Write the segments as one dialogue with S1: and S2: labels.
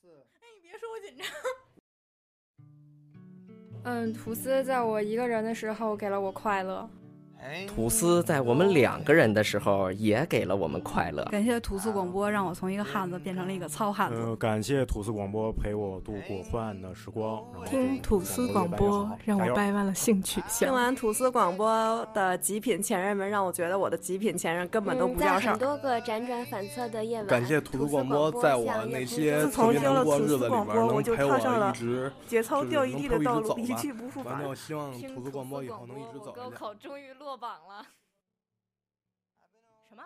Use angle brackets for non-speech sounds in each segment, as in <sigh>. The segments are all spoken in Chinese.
S1: 是，
S2: 哎，你别说我紧张。
S3: 嗯，吐司在我一个人的时候给了我快乐。
S4: 吐司在我们两个人的时候也给了我们快乐。
S5: 感谢吐司广播，让我从一个汉子变成了一个糙汉子。
S6: 呃，感谢吐司广播陪我度过昏暗的时光。然后
S7: 听吐司广播让我
S6: 拜。
S7: 掰弯了性取
S8: 听
S7: 向。
S8: 完吐司广播的极品前任们，让我觉得我的极品前任根本都
S9: 嗯，
S8: 不
S9: 在
S8: 叫事儿
S9: 很。多个辗转反侧的夜晚，
S10: 感谢
S9: 吐
S10: 图书广
S9: 播
S10: 播，在我那些
S9: 自
S10: 特
S9: 从
S10: 别
S9: 听
S10: 难
S9: 了
S10: 过
S9: 吐
S10: 日
S9: 司
S10: 子里面，
S9: 广播我
S10: 能
S9: 就
S10: 陪
S9: 踏上
S10: 我
S9: 了
S10: 一直
S9: 节操
S10: 就是
S9: 掉一
S10: 能
S9: 地
S10: 陪
S9: 的道
S10: 我一直
S9: 路，
S10: 走
S9: 一
S10: 吧
S9: 去不复
S10: 完
S9: 返
S10: 了，。我希望
S2: 听
S10: 嗯图书广播以后能一直走
S2: 我
S10: 下
S2: 高
S10: 去。
S2: 考终于落榜了。什么？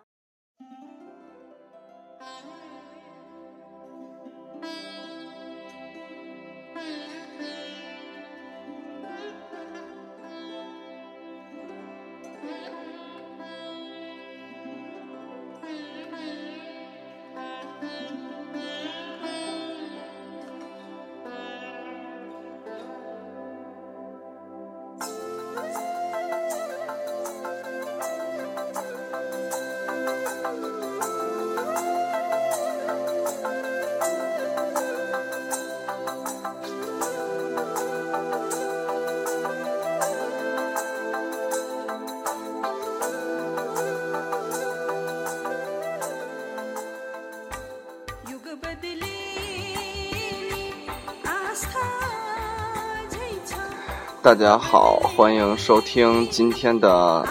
S11: 大家好，欢迎收听今天的。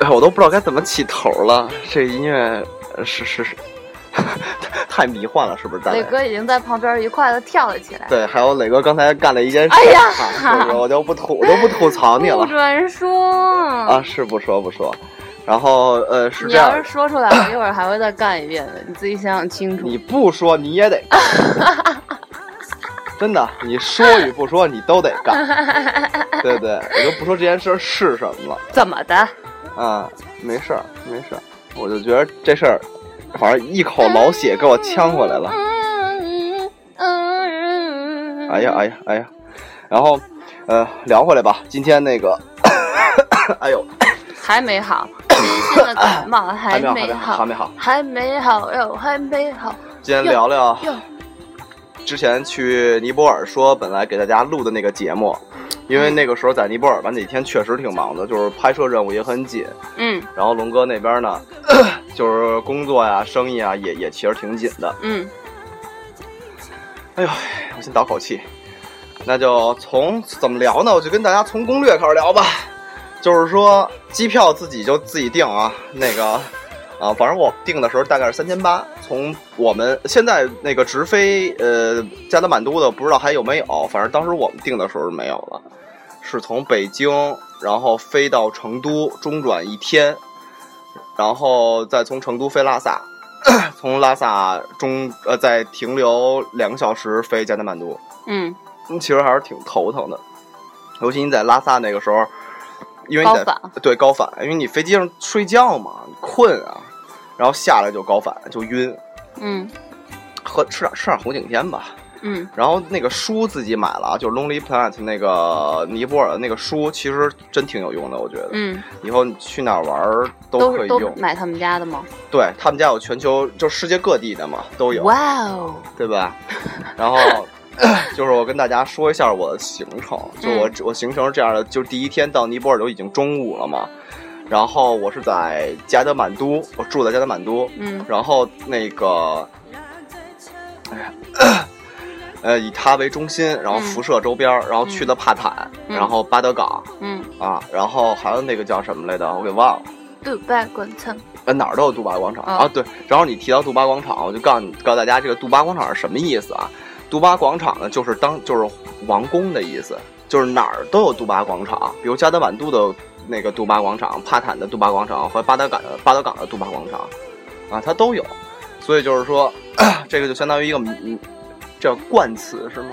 S11: 哎，我都不知道该怎么起头了。这音乐呃是是是，太迷幻了，是不是？大
S12: 磊
S11: 家
S12: 哥已经在旁边愉快的跳了起来。
S11: 对，还有磊哥刚才干了一件事，
S12: 哎呀
S11: 啊是不是？我就不吐，我就不吐槽你
S12: 不
S11: 了
S12: 准说
S11: 啊！！是不说不说。然后呃，是
S12: 你
S11: 这
S12: 要
S11: 样
S12: 是，说出来，
S11: <coughs>
S12: 我一会儿还会再干一遍的。你自己想想清楚
S11: 你。不说你也得
S12: <laughs>
S11: 干，真的，你说与不说你都得干。对对，我就不说这件事儿是什么了。
S12: 怎么的？
S11: 啊，没事儿，没事儿，我就觉得这事儿，反正一口老血给我呛回来了。
S12: 嗯嗯
S11: 哎呀，哎呀，哎呀，然后，呃，聊回来吧。今天那个，哎呦，
S12: 还没好，急性的感
S11: <coughs>
S12: 冒
S11: 还没有，还没
S12: 没
S11: 有，还
S12: 好，
S11: 没好。
S12: 还没好哟，还没好
S11: 今天聊聊
S12: 哟。
S11: 之前去尼泊尔说本来给大家录的那个节目，因为那个时候在尼泊尔吧那几天确实挺忙的，就是拍摄任务也很紧。
S12: 嗯
S11: 然后龙哥那边呢， <coughs> 就是工作呀、生意啊，也也其实挺紧的。
S12: 嗯，
S11: 哎呦，我先倒口气。那就从怎么聊呢？我就跟大家从攻略开始聊吧。就是说，机票自己就自己定啊。那个，啊，反正我定的时候大概是三千八。从我们现在那个直飞，呃，加德满都的不知道还有没有，反正当时我们定的时候是没有了。是从北京，然后飞到成都，中转一天，然后再从成都飞拉萨，从拉萨中呃再停留两个小时飞加德满都。
S12: 嗯，
S11: 嗯，其实还是挺头疼的，尤其你在拉萨那个时候，因为你在
S12: 高反
S11: 对高反，因为你飞机上睡觉嘛，你困啊，然后下来就高反就晕，
S12: 嗯
S11: 喝吃点吃点红景天吧。
S12: 嗯
S11: 然后那个书自己买了，啊就是《Lonely Planet》那个尼泊尔的那个书，其实真挺有用的，我觉得。
S12: 嗯，
S11: 以后你去哪儿玩儿都可
S12: 都
S11: 以
S12: 都
S11: 用。
S12: 买他们家的吗？
S11: 对他们家有全球，就世界各地的嘛，都有。
S12: 哇哦，
S11: 对
S12: <laughs>
S11: 吧？然后 <clears throat> 就是我跟大家说一下我的行程，就
S12: 嗯
S11: 我、我行程是这样的，就是第一天到尼泊尔就已经中午了嘛，然后我是在加德满都，我住在加德满都，
S12: 嗯
S11: 然后那个，哎呀，呃，以它为中心，然后
S12: 嗯
S11: 辐射周边儿，然后去了帕坦，
S12: 嗯
S11: 然后巴德港
S12: 嗯，
S11: 啊，然后还有那个叫什么来着，我给忘了。
S12: 杜拜滚蹭，
S11: 呃，哪儿都有杜巴广场、
S12: 啊
S11: 啊。对，然后你提到杜巴广场，我就告诉你，告诉大家这个杜巴广场是什么意思啊？杜巴广场呢，就是当就是王宫的意思，就是哪儿都有杜巴广场，比如加德满都的那个杜巴广场、帕坦的杜巴广场和巴德港的巴德港的杜巴广场，啊，它都有。所以就是说， <coughs> 这个就相当于一个名叫冠词是吗？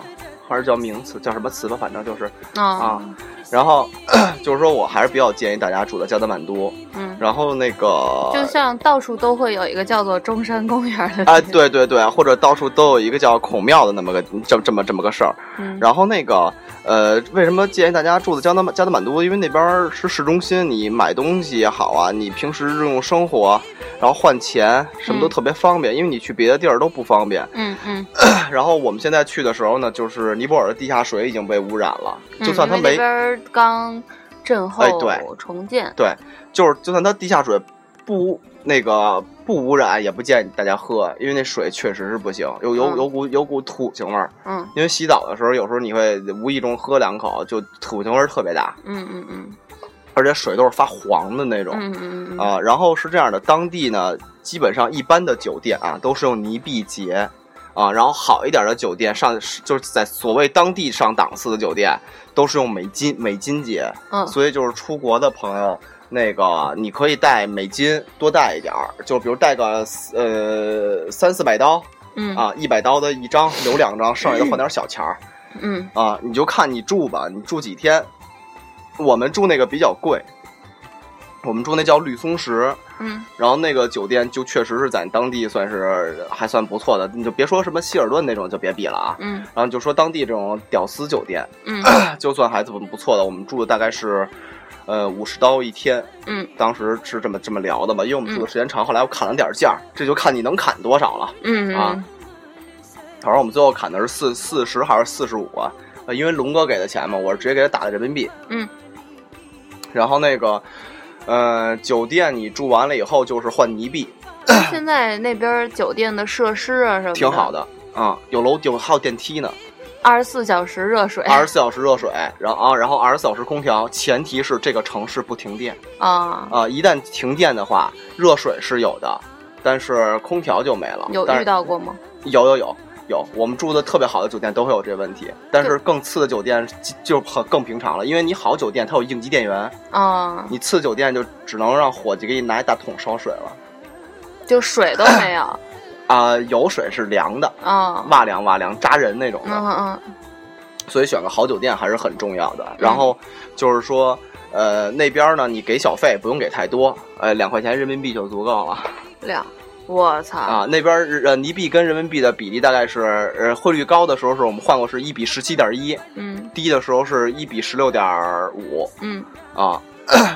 S11: 还是叫名词？叫什么词吧？反正就是
S12: 啊
S11: 啊，然后 <coughs> 就是说我还是比较建议大家住在加德满都，
S12: 嗯，
S11: 然后那个
S12: 就像到处都会有一个叫做中山公园的地方
S11: <laughs> 哎，，对对对，或者到处都有一个叫孔庙的那么个这这么这么个事儿。
S12: 嗯
S11: 然后那个呃，为什么建议大家住在加德满加德满都？因为那边儿是市中心，你买东西也好啊，你平时日用生活，然后换钱什么都
S12: 嗯
S11: 特别方便，因为你去别的地儿都不方便。
S12: 嗯嗯，
S11: 然后我们现在去的时候呢，就是尼泊尔的地下水已经被污染了，就算它
S12: 嗯因为
S11: 没
S12: 这边儿刚震后
S11: 哎对
S12: 重建，
S11: 就是就算它地下水不那个不污染，也不建议大家喝，因为那水确实是不行，有有
S12: 嗯
S11: 有股有股土腥味儿。
S12: 嗯
S11: 因为洗澡的时候，有时候你会无意中喝两口，就土腥味儿特别大，
S12: 嗯嗯嗯
S11: 而且水都是发黄的那种
S12: 嗯嗯嗯
S11: 啊、然后是这样的，当地呢，基本上一般的酒店啊都是用泥壁结啊，然后好一点的酒店上就是在所谓当地上档次的酒店都是用美金美金结，
S12: 嗯
S11: 所以就是出国的朋友。那个你可以带美金多带一点儿，就比如带个呃三四百刀
S12: 嗯
S11: 啊，一百刀的一张留两张，剩下的换点小钱儿。
S12: 嗯
S11: 啊，你就看你住吧，你住几天。我们住那个比较贵，我们住那叫绿松石，
S12: 嗯
S11: 然后那个酒店就确实是在当地算是还算不错的，你就别说什么希尔顿那种就别比了啊。
S12: 嗯
S11: 然后就说当地这种屌丝酒店，
S12: 嗯
S11: 就算还挺不错的，我们住的大概是。呃，五十刀一天，
S12: 嗯，
S11: 当时是这么这么聊的嘛，因为我们住的时间长，后来我砍了点价儿，这就看你能砍多少了。
S12: 嗯
S11: 啊
S12: 嗯
S11: 反正我们最后砍的是四四十还是四十五啊？呃因为龙哥给的钱嘛，我是直接给他打的人民币。
S12: 嗯。
S11: 然后那个，呃，酒店你住完了以后就是换泥币，
S12: 现在那边儿酒店的设施啊什么
S11: 挺好
S12: 的，
S11: 的啊、有楼有还有电梯呢，
S12: 二十四小时热水
S11: 二十四小时热水，然后啊，然后二十四小时空调，前提是这个城市不停电
S12: 啊，
S11: 啊、一旦停电的话，热水是有的，但是空调就没了。
S12: 有
S11: 哦但是
S12: 遇到过吗？
S11: 有有有有，我们住的特别好的酒店都会有这个问题，但是更次的酒店就就很更平常了，因为你好酒店它有应急电源，
S12: 啊，
S11: 你次酒店就只能让伙计给你拿一大桶烧水了。
S12: 就水都没有
S11: <coughs> 啊、有水是凉的，
S12: 啊，
S11: 哇凉哇凉，扎人那种
S12: 嗯
S11: 的，
S12: 嗯
S11: 所以选个好酒店还是很重要的。然后就是说，呃，那边呢，你给小费不用给太多，呃，两块钱人民币就足够了。
S12: 两，嗯我操，
S11: 啊，那边儿呃泥币跟人民币的比例大概是，呃汇率高的时候是我们换过是一比十七点一，
S12: 嗯
S11: 低的时候是一比十六点五
S12: 嗯
S11: 啊，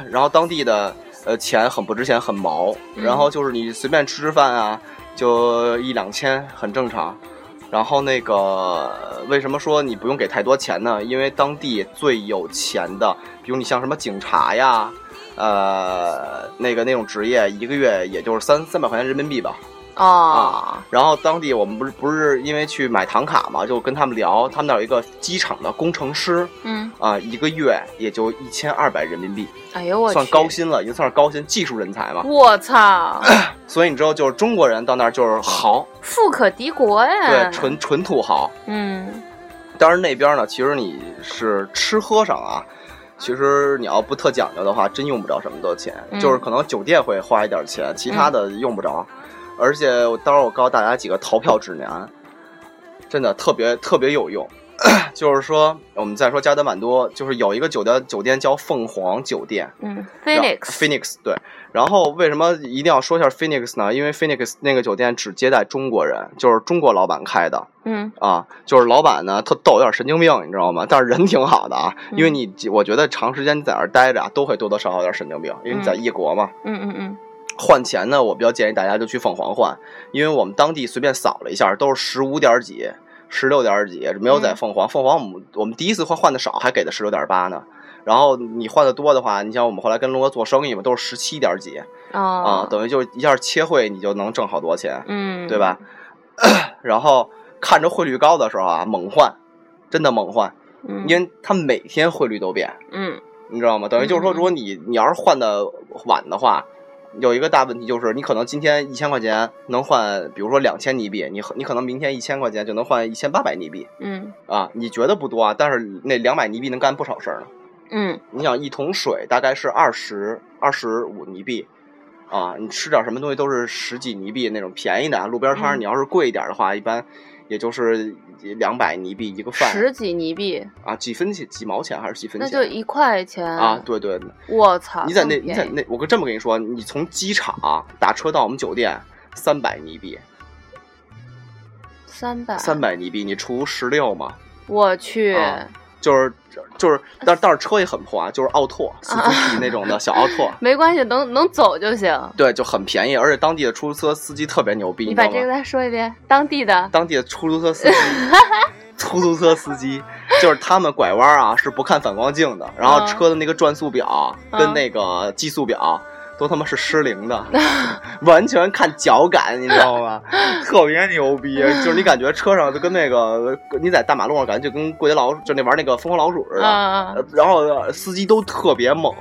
S11: 然后当地的呃钱很不值钱，很毛，
S12: 嗯
S11: 然后就是你随便吃吃饭啊，就一两千很正常。然后那个呃为什么说你不用给太多钱呢？因为当地最有钱的，比如你像什么警察呀，呃，那个那种职业，一个月也就是三三百块钱人民币吧。
S12: 啊，
S11: 然后当地我们不是不是因为去买唐卡嘛，就跟他们聊，他们那儿有一个机场的工程师，
S12: 嗯，
S11: 啊、一个月也就一千二百人民币，
S12: 哎呦我
S11: 算
S12: 去
S11: 高，薪了，已经算是高薪技术人才嘛。
S12: 我操， <coughs>
S11: 所以你知道，就是中国人到那儿就是豪，
S12: 富可敌国呀，
S11: 对，纯纯土豪。
S12: 嗯
S11: 当然那边呢，其实你是吃喝上啊，其实你要不特讲究的话，真用不着什么多钱，
S12: 嗯
S11: 就是可能酒店会花一点钱，其他的用不着。而且我待会儿我告诉大家几个逃票指南，真的特别特别有用。 <coughs> 就是说，我们再说加德满都，就是有一个酒店，酒店叫凤凰酒店，
S12: 嗯
S11: 然后
S12: ，Phoenix，
S11: Phoenix 对。然后为什么一定要说一下 Phoenix 呢？因为 Phoenix 那个酒店只接待中国人，就是中国老板开的
S12: 嗯
S11: 啊，就是老板呢特逗，有点神经病，你知道吗？但是人挺好的啊，因
S12: 嗯
S11: 为你我觉得长时间在那儿待着啊，都会多多少少有点神经病，因为你在异国嘛。
S12: 嗯嗯嗯，
S11: 换钱呢，我比较建议大家就去凤凰换，因为我们当地随便扫了一下，都是十五点几、十六点几，没
S12: 嗯
S11: 有在凤凰。凤凰我们我们第一次换换的少，还给的十六点八呢。然后你换的多的话，你像我们后来跟龙哥做生意嘛，都是十七点几啊
S12: 啊，，
S11: 等于就一下切汇，你就能挣好多钱，
S12: 嗯，
S11: 对吧？ <coughs> 然后看着汇率高的时候啊，猛换，真的猛换，
S12: 嗯？
S11: 因为它每天汇率都变。
S12: 嗯
S11: 你知道吗？等于就是说，如果你你要是换的晚的话，有一个大问题就是，你可能今天一千块钱能换，比如说两千泥币，你你可能明天一千块钱就能换一千八百泥币
S12: 嗯
S11: 啊。你觉得不多啊，但是那两百泥币能干不少事儿呢。
S12: 嗯
S11: 你想一桶水大概是二十二十五泥币啊，你吃点什么东西都是十几泥币那种便宜的啊，路边摊儿
S12: 嗯
S11: 你要是贵一点的话，一般也就是两百泥币一个饭
S12: 十几泥币，
S11: 啊，几分钱几毛钱还是几分
S12: 那
S11: 钱？
S12: 就一块钱
S11: 啊，！对对，
S12: 我操，
S11: 你在
S12: 这
S11: 那
S12: 么
S11: 你
S12: 便
S11: 在
S12: 宜
S11: 那，我跟这么跟你说，你从机场打车到我们酒店三百泥币，
S12: 三百
S11: 三，百泥币，你除十六嘛，
S12: 我去，
S11: 啊就是就是，但但是车也很破啊，就是奥拓、四 Suzuki 那种的小奥拓， <laughs>
S12: 没关系，能能走就行。
S11: 对，就很便宜，而且当地的出租车司机特别牛逼，
S12: 你
S11: 你
S12: 把
S11: 知
S12: 这
S11: 道
S12: 个
S11: 吗？
S12: 再说一遍，当地的
S11: 当地的出租车
S12: <laughs>
S11: 司机，出租车司机就是他们拐弯啊是不看反光镜的，然后
S12: 嗯
S11: 车的那个转速表跟
S12: 嗯
S11: 那个计速表。都他妈是失灵
S12: <laughs>
S11: 的，完全看脚感，你知道吗？特别牛逼，就是你感觉车上就跟那个你在大马路上，感觉就跟过街老鼠，就那玩那个疯狂老鼠似的，
S12: 啊，
S11: 呃然后呃司机都特别猛，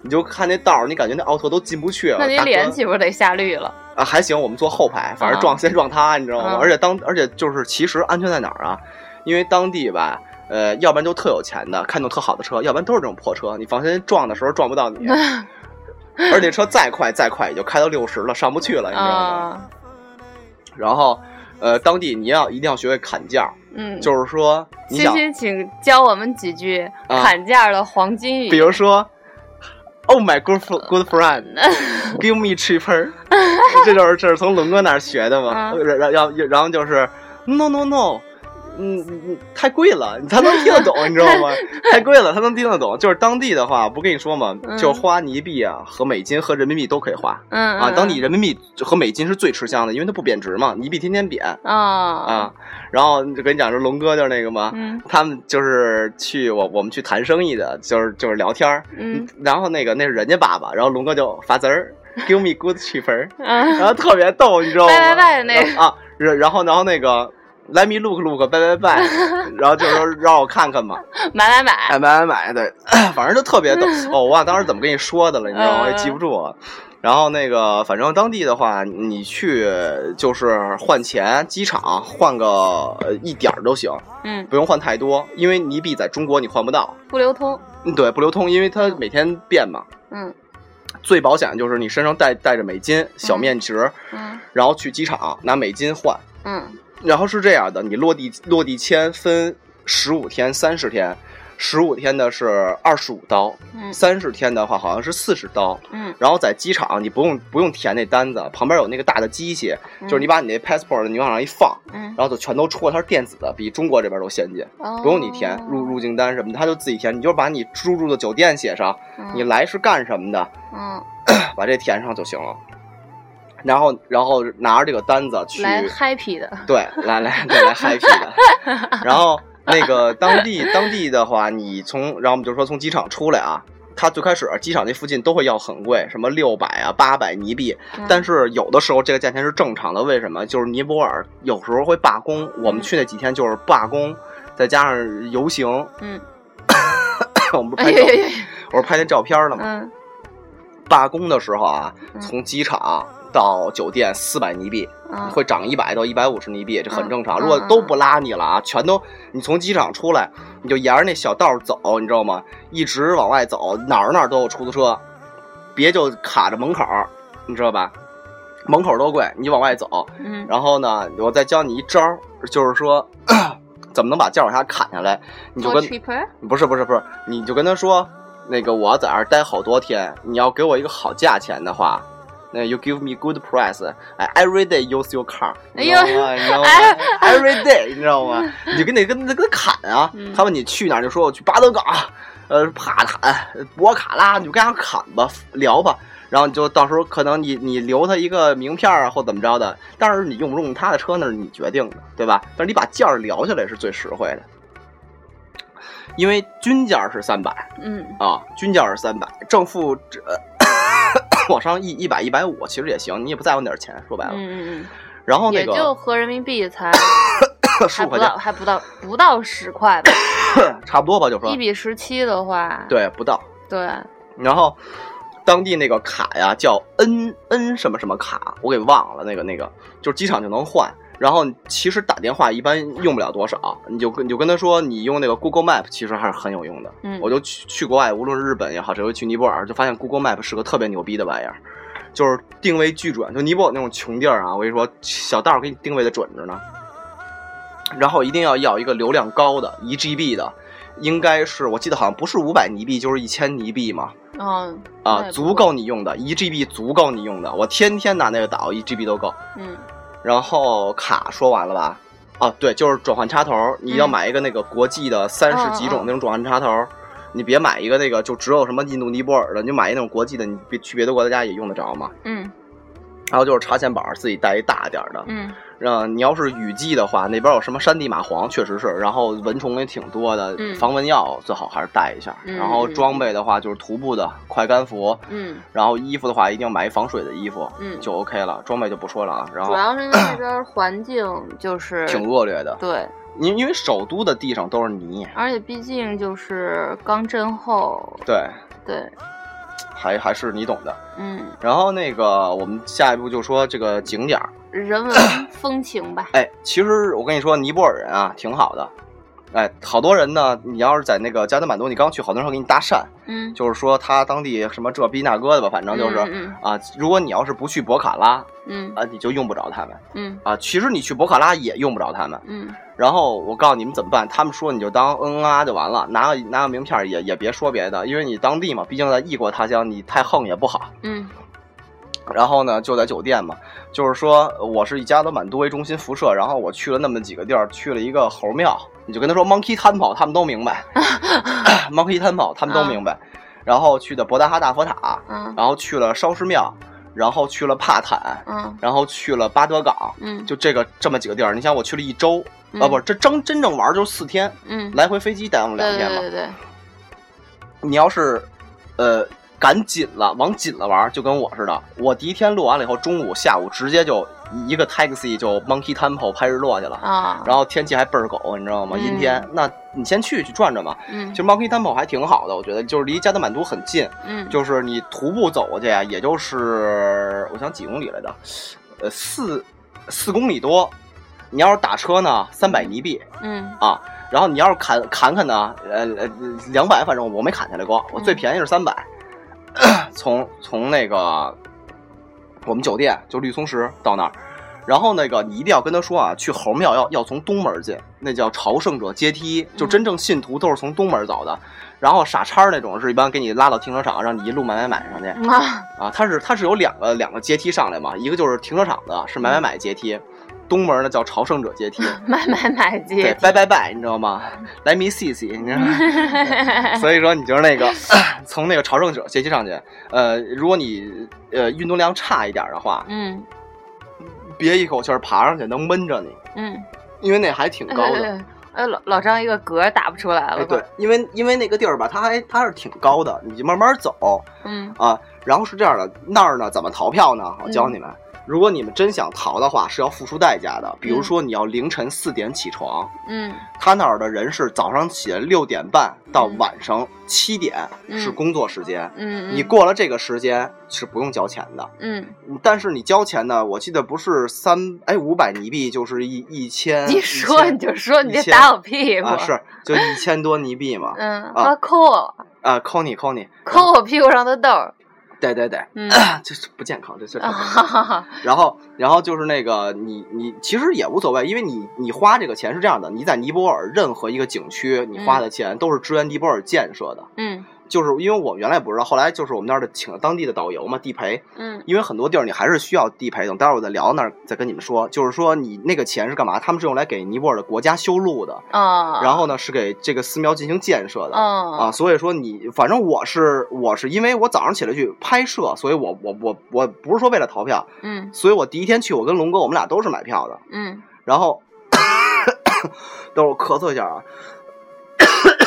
S11: 你就看那道儿，你感觉那奥拓都进不去。
S12: 那你
S11: 大哥
S12: 脸岂不是得下绿了？
S11: 啊，还行，我们坐后排，反正撞、
S12: 啊
S11: 先撞他，你知道吗？
S12: 啊
S11: 而且当而且就是其实安全在哪儿啊？因为当地吧，呃，要不然就特有钱的看中特好的车，要不然都是这种破车，你放心撞的时候撞不到
S12: <laughs>
S11: 你。而且车再快再快也就开到六十了，上不去了，你知道吗？
S12: 啊，
S11: 然后，呃，当地你要一定要学会砍价儿，
S12: 嗯，
S11: 就是说你
S12: 欣
S11: 想，
S12: 欣，请教我们几句
S11: 啊
S12: 砍价的黄金语。
S11: 比如说，Oh my good fr- good
S12: <laughs>
S11: friend，Give
S12: 嗯
S11: me cheaper，这 <laughs> 就是这是从龙哥那儿学的嘛。
S12: 啊
S11: 然然然后然后就是 no no no，嗯，嗯太贵了，他能听得懂，你知道吗？太贵了，他能听得懂。就是当地的话，不跟你说嘛，
S12: 嗯
S11: 就是花泥币啊和美金和人民币都可以花
S12: 嗯
S11: 啊。
S12: 嗯
S11: 当地人民币和美金是最吃香的，因为它不贬值嘛，泥币天天贬
S12: 啊
S11: 啊。然后就跟你讲，说龙哥就是那个嘛。
S12: 嗯
S11: 他们就是去我我们去谈生意的，就是就是聊天儿，
S12: 嗯
S11: 然后那个那是人家爸爸，然后龙哥就发滋
S12: <laughs>
S11: 儿，give me good cheaper，
S12: 嗯
S11: 然后特别逗，你知道吗？
S12: 拜拜拜那个
S11: 然后啊，然然后然后那个 let me look look 拜拜
S12: <laughs>
S11: 拜，然后就说让我看看嘛，
S12: 买买买，
S11: 哎买买买，对， <coughs> 反正就特
S12: <laughs>
S11: 别逗。哦，我忘了当时怎么跟你说的了，你知道吗？我也记不住了。然后那个，反正当地的话，你去就是换钱，机场换个呃一点儿都行，
S12: 嗯，
S11: 不用换太多，因为泥币在中国你换不到，
S12: 不流通，
S11: 嗯对，不流通，因为它每天变嘛。
S12: 嗯
S11: 最保险就是你身上带带着美金小面值，
S12: 嗯
S11: 然后去机场拿美金换。
S12: 嗯
S11: 然后是这样的，你落地落地签分十五天、三十天，十五天的是二十五刀，
S12: 嗯
S11: 三十天的话好像是四十刀。
S12: 嗯，
S11: 然后在机场你不用不用填那单子，旁边有那个大的机器，就是你把你那 passport 你往上一放，
S12: 嗯，
S11: 然后就全都出了，它是电子的，比中国这边都先进，
S12: 哦
S11: 不用你填入入境单什么的，它就自己填，你就把你入住的酒店写上，
S12: 嗯
S11: 你来是干什么的，
S12: 嗯
S11: 把这填上就行了。然后，然后拿着这个单子去，
S12: 来 happy 的，
S11: 对，来来对来 happy 的。
S12: <laughs>
S11: 然后那个当地当地的话，你从然后我们就说从机场出来啊，他最开始机场那附近都会要很贵，什么六百啊、八百泥币，
S12: 嗯
S11: 但是有的时候这个价钱是正常的。为什么？就是尼泊尔有时候会罢工，我们去那几天就是罢工，再加上游行，
S12: 嗯，
S11: 我们不是拍
S12: 哎呀
S11: 照，
S12: 呀呀，
S11: 我不是拍那照片了吗？
S12: 嗯
S11: 罢工的时候啊，
S12: 嗯
S11: 从机场到酒店四百泥币，
S12: 嗯，
S11: 会涨一百到一百五十泥币，这很正常。
S12: 嗯
S11: 如果都不拉你了啊，全都你从机场出来，你就沿着那小道儿走，你知道吗？一直往外走，哪儿哪儿都有出租车，别就卡着门口儿，你知道吧？门口儿都贵，你往外走。
S12: 嗯
S11: 然后呢，我再教你一招儿，就是说 <clears throat> 怎么能把价往下砍下来，你就
S12: For
S11: 跟
S12: cheaper，
S11: 不是不是不是，你就跟他说，那个我要在这儿待好多天，你要给我一个好价钱的话，那 you give me good price，哎，every day use your car，你知道吗？你知道吗？every
S12: 哎
S11: day，你知道吗？
S12: <laughs>
S11: 你就跟那跟那跟砍啊，
S12: 嗯
S11: 他问你去哪儿，你就说我去巴德港，呃，帕坦、博卡拉，你就跟他砍吧，聊吧。然后你就到时候可能你你留他一个名片啊，或怎么着的，但是你用不用他的车那是你决定的，对吧？但是你把价儿聊下来是最实惠的。因为均价是三百
S12: 嗯
S11: 啊，均价是三百，正负这呃 <coughs> 往上一一百一百五其实也行，你也不在乎哪儿钱，说白了。
S12: 嗯嗯
S11: 啊然后
S12: 嗯，
S11: 那
S12: 也就
S11: 个
S12: 合人民币才
S11: <coughs> 十
S12: 还
S11: 五块
S12: 不到
S11: 钱，
S12: 还不到不到十块吧，
S11: 差不多吧，就说
S12: 一比十七的话，
S11: 对不到。
S12: 对，
S11: 然后当地那个卡呀叫 N N 什么什么卡，我给忘了那个那个，就是机场就能换。然后其实打电话一般用不了多少，你就跟你就跟他说，你用那个 Google Map 其实还是很有用的。
S12: 嗯
S11: 我就去去国外，无论是日本也好，这回去尼泊尔，就发现 Google Map 是个特别牛逼的玩意儿，就是定位巨准。就尼泊尔那种穷地儿啊，我跟你说，小道儿给你定位的准着呢。然后一定要要一个流量高的，一 GB 的，应该是我记得好像不是五百尼币就是一千尼币嘛，
S12: 啊
S11: 啊、
S12: 那也不
S11: 足够你用的，一 GB 足够你用的，我天天拿那个打，我一 GB 都够。
S12: 嗯
S11: 然后卡说完了吧？啊，对，就是转换插头，你要
S12: 嗯
S11: 买一个那个国际的三
S12: 哦
S11: 十
S12: 哦
S11: 几种
S12: 哦
S11: 那种转换插头，你别买一个那个就只有什么印度尼泊尔的，你就买一那种国际的，你别去别的国家也用得着嘛。
S12: 嗯
S11: 还有就是插线板自己带一大点儿的，
S12: 嗯
S11: 让你要是雨季的话，那边有什么山地蚂蟥，确实是，然后蚊虫也挺多的，
S12: 嗯
S11: 防蚊药最好还是带一下。
S12: 嗯
S11: 然后
S12: 嗯
S11: 装备的话就是徒步的快干服，
S12: 嗯，
S11: 然后衣服的话一定要买防水的衣服，
S12: 嗯
S11: 就 OK 了。装备就不说了啊，然
S12: 主
S11: 后
S12: 要是那边儿环境就是
S11: 挺恶劣的，
S12: 对，
S11: 因因为首都的地上都是泥，
S12: 而且毕竟就是刚震后，
S11: 对，
S12: 对，
S11: 还还是你懂的。
S12: 嗯，
S11: 然后那个我们下一步就说这个景点儿，
S12: 人文
S11: <coughs>
S12: 风情吧，
S11: 哎，其实我跟你说，尼泊尔人啊挺好的。哎，好多人呢，你要是在那个加德满都，你刚去，好多人会给你搭讪，
S12: 嗯，
S11: 就是说他当地什么这逼那哥的吧，反正就是、
S12: 嗯
S11: 啊，如果你要是不去博卡拉
S12: 嗯
S11: 啊，你就用不着他们
S12: 嗯
S11: 啊。其实你去博卡拉也用不着他们。
S12: 嗯
S11: 然后我告诉你们怎么办，他们说你就当嗯啊就完了，拿个拿个名片儿也也别说别的，因为你当地嘛，毕竟在异国他乡，你太横也不好。
S12: 嗯
S11: 然后呢，就在酒店嘛，就是说我是以加德满都为中心辐射，然后我去了那么几个地儿，去了一个猴庙，你就跟他说 Monkey Temple，他们都明白，Monkey Temple 他们都明白。然后去的博达哈大佛塔，
S12: 嗯
S11: 然后去了烧尸庙，然后去了帕坦，
S12: 嗯
S11: 然后去了巴德港，
S12: 嗯，
S11: 就这个这么几个地儿。你想我去了一周、啊，不是这真真正玩儿就四天，
S12: 嗯，
S11: 来回飞机耽误两
S12: 对
S11: 天
S12: 对
S11: 嘛。
S12: 对对，
S11: 你要是呃赶紧了，往紧了玩，就跟我似的。我第一天录完了以后，中午、下午直接就一个 taxi 就 Monkey Temple 拍日落去了。
S12: 啊，
S11: 然后天气还倍儿狗，你知道吗？
S12: 嗯
S11: 阴天。那你先去去转转吧。
S12: 嗯
S11: 其实 Monkey Temple 还挺好的，我觉得就是离加德满都很近，
S12: 嗯
S11: 就是你徒步走过去啊，也就是我想几公里来的，呃四四公里多。你要是打车呢，三百尼币。
S12: 嗯
S11: 啊。然后你要是砍砍砍呢，呃呃，两百，反正我没砍下来过，我最便宜是三百、 <clears throat> 从从那个我们酒店就绿松石到那儿，然后那个你一定要跟他说啊，去猴庙要要从东门进，那叫朝圣者阶梯，就真正信徒都是从东门走的。然后傻叉儿那种是一般给你拉到停车场，让你一路买买买上去。
S12: 啊，
S11: 啊，它是它是有两个两个阶梯上来嘛，一个就是停车场的是买买买阶梯，东门呢叫朝圣者阶梯，
S12: 买买买
S11: 对
S12: 街，，
S11: 拜拜拜，你知道吗？来米 see see，你知道吗？所以说你就是那个 <coughs> 从那个朝圣者阶梯上去，呃，如果你呃运动量差一点的话，
S12: 嗯
S11: 别一口气儿爬上去，能闷着你，
S12: 嗯，
S11: 因为那还挺高
S12: <laughs>
S11: 的。
S12: 哎。哎，老老张一个嗝儿打不出来
S11: 哎，
S12: 了，
S11: 对，，因为因为那个地儿吧，它还它是挺高的，你就慢慢走
S12: 嗯
S11: 啊。然后是这样的，那儿呢怎么逃票呢？我教你们，如果你们真想逃的话，是要付出代价的。比如说你要凌晨四点起床，
S12: 嗯
S11: 他那儿的人是早上起来六点半到晚上七点
S12: 嗯
S11: 是工作时间，
S12: 嗯，
S11: 你过了这个时间是不用交钱的。
S12: 嗯，
S11: 但是你交钱呢，我记得不是三哎五百尼币就是一一千，
S12: 你说
S11: 1000
S12: 你就说，你别
S11: 一千
S12: 打我屁股
S11: 啊，是就一千多尼币嘛
S12: 嗯，
S11: 啊
S12: 他抠我，
S11: 啊，扣你扣你，
S12: 抠我屁股上的痘儿，
S11: 对对对， <laughs>
S12: 嗯，
S11: 啊这是不健康，这是不
S12: 啊
S11: 健
S12: 哈
S11: 康。
S12: 哈哈，
S11: <laughs> 然后，然后就是那个你你其实也无所谓，因为你你花这个钱是这样的，你在尼泊尔任何一个景区，你花的钱都是支援尼泊尔建设的，
S12: 嗯
S11: 就是因为我原来不知道，后来就是我们那儿的请了当地的导游嘛，地陪，
S12: 嗯
S11: 因为很多地儿你还是需要地陪。等待会儿我再聊那儿再跟你们说，就是说你那个钱是干嘛？他们是用来给尼泊尔的国家修路的，
S12: 啊，
S11: 然后呢是给这个寺庙进行建设的。啊，
S12: 嗯
S11: 所以说你反正我是我是因为我早上起来去拍摄，所以我我我我不是说为了逃票，
S12: 嗯
S11: 所以我第一天去我跟龙哥我们俩都是买票的，
S12: 嗯
S11: 然后等会儿我咳嗽一下啊， <coughs>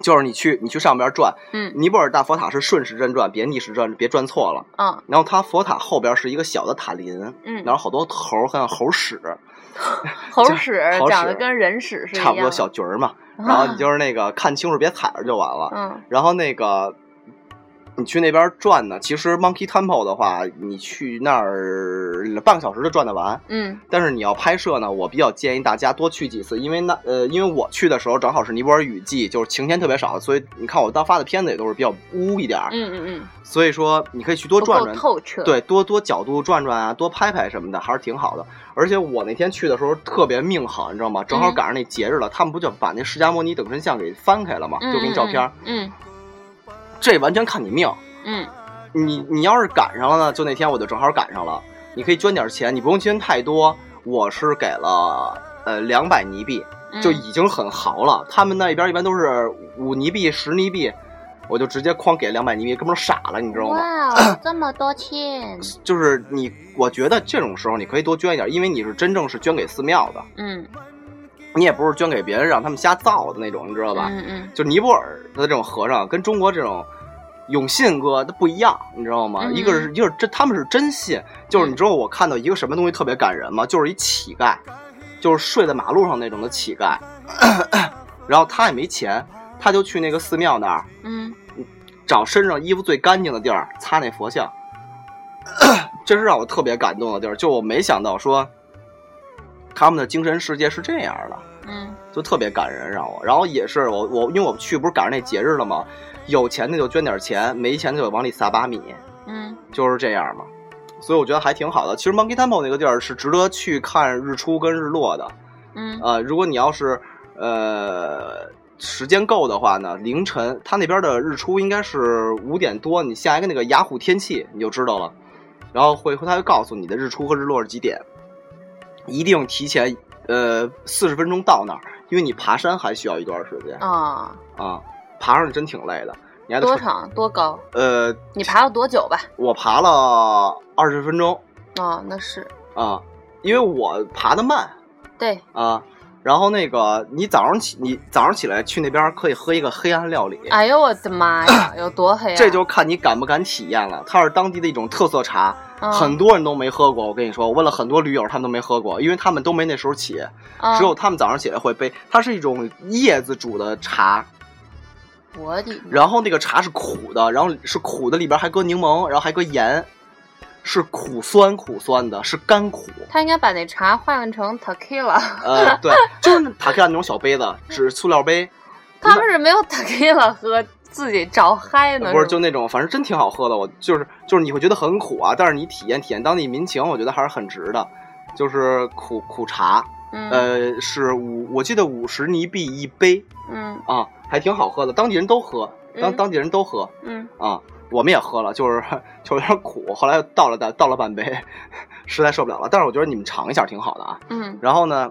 S11: 就是你去你去上边转，
S12: 嗯
S11: 尼泊尔大佛塔是顺时针转，别逆时针，别转错了。
S12: 啊
S11: 然后它佛塔后边是一个小的塔林，
S12: 嗯，
S11: 然后好多猴儿，像猴屎，
S12: 猴屎
S11: 猴
S12: 呃长得
S11: 屎
S12: 跟人屎是一
S11: 差不多
S12: 样
S11: 小
S12: 的，啊
S11: 菊儿嘛。然后你就是那个看清楚，别踩着就完了。
S12: 嗯
S11: 然后那个你去那边转呢，其实 Monkey Temple 的话，你去那儿半个小时就转得完。
S12: 嗯
S11: 但是你要拍摄呢，我比较建议大家多去几次，因为那呃，因为我去的时候正好是尼泊尔雨季，就是晴天特别少，所以你看我当发的片子也都是比较污一点儿，
S12: 嗯嗯嗯，
S11: 所以说你可以去
S12: 不
S11: 多转
S12: 够
S11: 转，
S12: 透彻。，
S11: 对，多多角度转转啊，多拍拍什么的，还是挺好的。而且我那天去的时候特别命好，你知道吗？正好
S12: 嗯
S11: 赶上那节日了，他们不就把那释迦摩尼等身像给翻开了吗？就给你照片儿，。
S12: 嗯
S11: 这完全看你命。
S12: 嗯
S11: 你你要是赶上了呢，就那天我就正好赶上了。你可以捐点钱，你不用捐太多，我是给了呃两百尼币，
S12: 嗯，
S11: 就已经很豪了。他们那边一般都是五尼币、十尼币，我就直接哐给两百尼币，哥们儿傻了，你知道吗？
S12: 哇
S11: <laughs>
S12: 哦，这么多钱。
S11: 就是你，我觉得这种时候你可以多捐一点，因为你是真正是捐给寺庙的，
S12: 嗯，
S11: 你也不是捐给别人让他们瞎造的那种，你知道吧？
S12: 嗯嗯
S11: 就尼泊尔的这种和尚跟中国这种永信哥他不一样，你知道吗？
S12: 嗯
S11: 一个是一个是真，他们是真信，就是你知道我看到一个什么东西特别感
S12: 嗯
S11: 人吗？就是一乞丐，就是睡在马路上那种的乞丐，然后他也没钱，他就去那个寺庙那儿
S12: 嗯
S11: 找身上衣服最干净的地儿擦那佛像， <coughs> 这是让我特别感动的地儿，就我没想到说他们的精神世界是这样的。
S12: 嗯
S11: 就特别感人，让我。然后也是我我因为我去不是赶上那节日了吗？有钱的就捐点钱，没钱的就往里撒把米，
S12: 嗯
S11: 就是这样嘛。所以我觉得还挺好的。其实 Monkey Temple 那个地儿是值得去看日出跟日落的。
S12: 嗯
S11: 呃，如果你要是呃时间够的话呢，凌晨它那边的日出应该是五点多，你下一个那个雅虎天气你就知道了，然后会它会告诉你的日出和日落是几点，一定提前呃四十分钟到那儿，因为你爬山还需要一段时间啊、
S12: 啊，
S11: 爬上去真挺累的，你还得
S12: 多
S11: 穿？
S12: 长多高？
S11: 呃，
S12: 你爬了多久吧？
S11: 我爬了二十分钟
S12: 啊，那是
S11: 啊、因为我爬的慢，
S12: 对，
S11: 啊。然后那个，你早上起，你早上起来去那边可以喝一个黑暗料理，
S12: 哎呦我的妈
S11: <laughs>
S12: 呀，有多黑啊！
S11: 这就看你敢不敢体验了。它是当地的一种特色茶，
S12: 嗯
S11: 很多人都没喝过。我跟你说，我问了很多驴友，他们都没喝过，因为他们都没那时候起，
S12: 嗯
S11: 只有他们早上起来会杯。它是一种叶子煮的茶，
S12: 我的妈
S11: 然后那个茶是苦的，然后是苦的，里边还搁柠檬，然后还搁盐，是苦酸苦酸的，是甘苦。
S12: 他应该把那茶换成 tequila，
S11: 呃，
S12: <laughs>
S11: 对，就是塔克亚那种小杯子，纸塑料杯。
S12: 他们是没有 tequila 喝，自己找嗨呢。
S11: 不是，
S12: 吧
S11: 就那种，反正真挺好喝的。我就是就是你会觉得很苦啊，但是你体验体验当地民情，我觉得还是很值的。就是苦苦茶，
S12: 嗯
S11: 呃，是五，我记得五十尼币一杯
S12: 嗯
S11: 啊，还挺好喝的，当地人都喝，当
S12: 嗯
S11: 当地人都喝
S12: 嗯，
S11: 啊，我们也喝了，就是就有点苦，后来又倒了倒倒了半杯， <laughs> 实在受不了了。但是我觉得你们尝一下挺好的啊。
S12: 嗯
S11: 然后呢，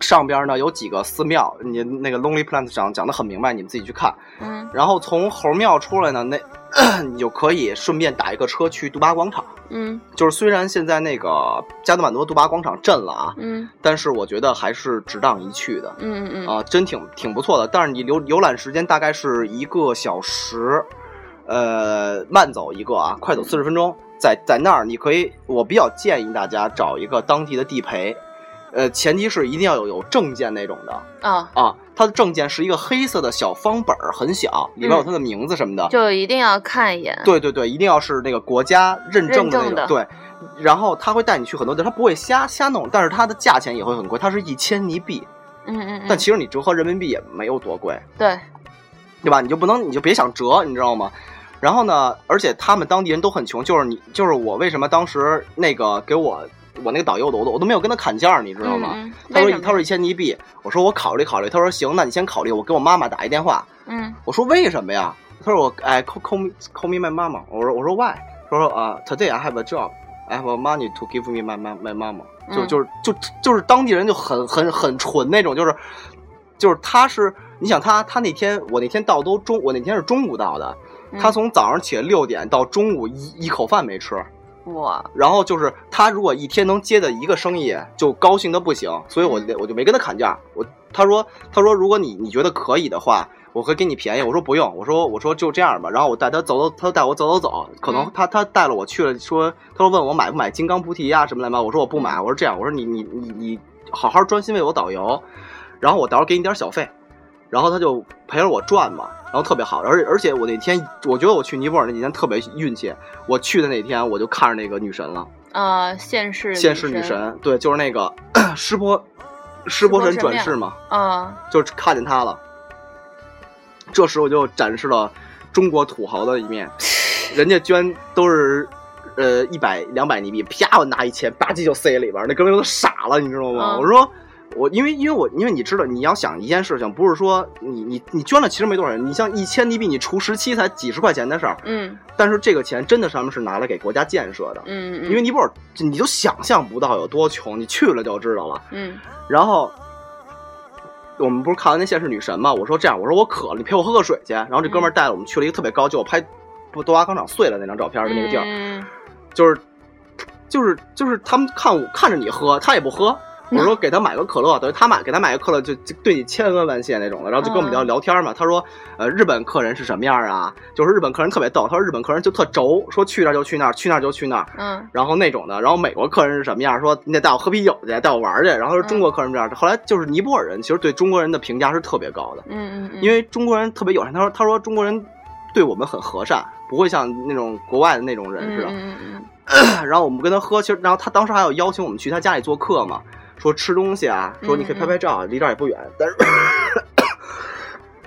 S11: 上边呢有几个寺庙，你那个 Lonely Planet 讲讲的很明白，你们自己去看。
S12: 嗯
S11: 然后从猴庙出来呢，那 <coughs> 你就可以顺便打一个车去杜巴广场。
S12: 嗯
S11: 就是虽然现在那个加德满都杜巴广场震了啊，
S12: 嗯
S11: 但是我觉得还是值当一去的
S12: 嗯嗯
S11: 啊、真挺挺不错的。但是你浏浏览时间大概是一个小时，呃，慢走一个啊，快走四十分钟。在在那儿你可以，我比较建议大家找一个当地的地陪，呃，前提是一定要有有证件那种的。
S12: 啊，
S11: 啊，它的证件是一个黑色的小方本儿，很小，里面有它的名字什么的。
S12: 嗯就一定要看一眼。
S11: 对对对，一定要是那个国家认证的那种。
S12: 认证的
S11: 对，然后他会带你去很多地儿，他不会瞎瞎弄，但是它的价钱也会很贵，它是一千尼币，
S12: 嗯嗯
S11: 但
S12: 嗯，
S11: 其实你折合人民币也没有多贵，
S12: 对，
S11: 对吧？你就不能，你就别想折，你知道吗？然后呢，而且他们当地人都很穷，就是你，就是我为什么当时那个给我我那个导游的，我都我都没有跟他砍价儿，你知道吗？
S12: 嗯？嗯
S11: 他
S12: 为
S11: 说
S12: 什么
S11: 他说一千尼币，我说我考虑考虑，他说行，那你先考虑，我给我妈妈打一电话。
S12: 嗯
S11: 我说为什么呀？他说我哎，call call me call me my mama。我说我说 why？他说啊、t o d a y I have a job, I have money to give me my my my mama 就。
S12: 嗯
S11: 就是就就是当地人就很很很纯那种，就是就是他是你想他他那天我那天到都中我那天是中午到的，
S12: 嗯
S11: 他从早上起来六点到中午一一口饭没吃，
S12: 我
S11: 然后就是他如果一天能接的一个生意，就高兴的不行，所以我就我就没跟他砍价。我他说他说如果你你觉得可以的话，我可以给你便宜。我说不用，我说我说就这样吧。然后我带他走走，他带我走走走，可能
S12: 嗯
S11: 他他带了我去了，说他说问我买不买金刚菩提啊呀、什么来嘛，我说我不买，我说这样，我说你你你你好好专心为我导游，然后我到时候给你点小费。然后他就陪着我转嘛，然后特别好。而而且我那天，我觉得我去尼泊尔那几天特别运气，我去的那天我就看着那个女神了，
S12: 啊，现世
S11: 现世女神，对，就是那个 <coughs> 湿婆湿婆神转世嘛，
S12: 啊，
S11: 就是看见她了。这时我就展示了中国土豪的一
S12: <laughs>
S11: 面，人家捐都是呃一百两百尼币，啪我拿一钱，吧唧就塞里边儿，那哥们儿都傻了，你知道吗？
S12: 嗯
S11: 我说我因为因为我因为你知道你要想一件事情，不是说你你你捐了其实没多少人，你像一千尼币你除十七才几十块钱的事儿，
S12: 嗯
S11: 但是这个钱真的他们是拿来给国家建设的。
S12: 嗯，嗯
S11: 因为尼泊尔，你就想象不到有多穷，你去了就知道了。
S12: 嗯
S11: 然后我们不是看完那现世女神嘛？我说这样，我说我渴了，你陪我喝个水去。然后这哥们儿带了我们去了一个特别高，就我拍不多瓦广场碎了那张照片的那个地儿，
S12: 嗯
S11: 就是就是就是他们看我看着你喝，他也不喝。我说给他买个可乐，等于他买给他买个可乐就，就对你千恩万谢那种的。然后就跟我们聊聊天嘛。他说，呃，日本客人是什么样啊？就是日本客人特别逗，他说日本客人就特轴，说去那儿就去那儿，去那儿就去那儿。
S12: 嗯
S11: 然后那种的，然后美国客人是什么样？说你得带我喝啤酒去，带我玩儿去。然
S12: 嗯
S11: 后是中国客人这样的。后来就是尼泊尔人，其实对中国人的评价是特别高的，
S12: 嗯嗯，
S11: 因为中国人特别友善。他说他说中国人对我们很和善，不会像那种国外的那种人似的。
S12: 嗯
S11: <clears throat>
S12: 嗯
S11: 然后我们跟他喝，其实然后他当时还有邀请我们去他家里做客嘛，说吃东西啊，说你可以拍拍照啊，离这儿也不远。但
S12: <coughs>
S11: 是， <coughs>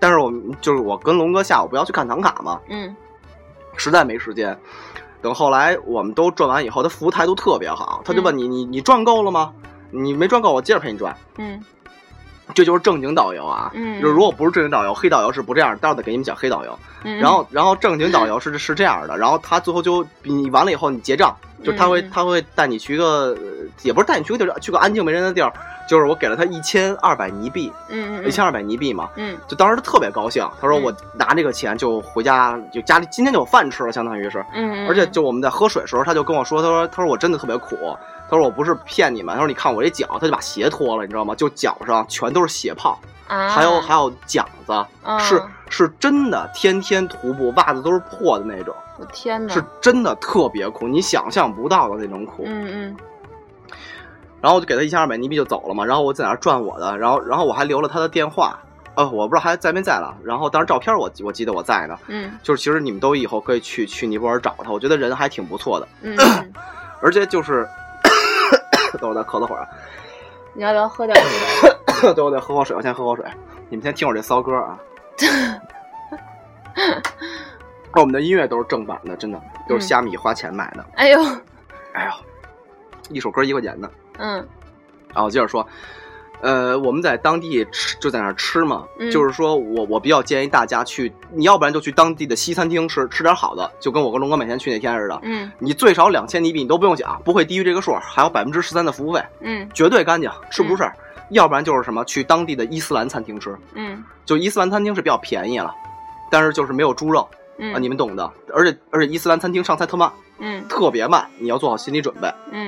S11: 但是我们就是我跟龙哥下午不要去看唐卡嘛，
S12: 嗯
S11: 实在没时间。等后来我们都转完以后，他服务态度特别好，他就问你、你你赚够了吗？你没赚够，我接着陪你赚。
S12: 嗯
S11: 这就是正经导游啊，
S12: 嗯
S11: 就是如果不是正经导游，黑导游是不这样。待会儿得给你们讲黑导游。
S12: 嗯，
S11: 然后然后正经导游是是这样的，然后他最后就你完了以后你结账，就是他会
S12: 嗯嗯
S11: 他会带你去一个，呃也不是带你去个地儿，去个安静没人的地儿。就是我给了他一千二百尼币，
S12: 嗯
S11: 一千二百尼币嘛，
S12: 嗯
S11: 就当时他特别高兴，他说
S12: 嗯
S11: 我拿这个钱就回家，就家里今天就有饭吃了，相当于是。
S12: 嗯，
S11: 而且就我们在喝水的时候，他就跟我说，他说他说我真的特别苦，他说我不是骗你们，他说你看我这脚，他就把鞋脱了，你知道吗？就脚上全都是血泡，
S12: 啊
S11: 还有还有茧子，
S12: 哦嗯
S11: 是是真的，天天徒步，袜子都是破的那种，
S12: 我天哪，
S11: 是真的特别苦，你想象不到的那种苦。
S12: 嗯嗯
S11: 然后我就给他一千二百尼币就走了嘛，然后我在那儿转我的，然后然后我还留了他的电话，呃，我不知道还在没在了，然后当时照片我我记得我在呢，
S12: 嗯
S11: 就是其实你们都以后可以去去尼泊尔找他，我觉得人还挺不错的。 <coughs>
S12: 嗯，
S11: 而且就是 <coughs> 等我再咳嗽会儿啊， <coughs>
S12: 你要不要喝点水？
S11: 等我再喝口水，我先喝口水。你们先听我这骚歌
S12: <laughs>
S11: 啊。那我们的音乐都是正版的，真的都是虾米花钱买的。
S12: 哎呦，
S11: 哎呦，一首歌一块钱的。
S12: 嗯
S11: 然后接着说，呃，我们在当地吃就在那儿吃嘛，
S12: 嗯
S11: 就是说我我比较建议大家去，你要不然就去当地的西餐厅吃吃点好的，就跟我跟龙哥每天去那天似的。
S12: 嗯
S11: 你最少两千尼币，你都不用讲，不会低于这个数，还有百分之十三的服务费。
S12: 嗯
S11: 绝对干净，吃不出事儿。要不然就是什么去当地的伊斯兰餐厅吃，
S12: 嗯
S11: 就伊斯兰餐厅是比较便宜了，但是就是没有猪肉
S12: 嗯
S11: 啊，你们懂的。而且而且伊斯兰餐厅上菜特慢，
S12: 嗯
S11: 特别慢，你要做好心理准备，
S12: 嗯，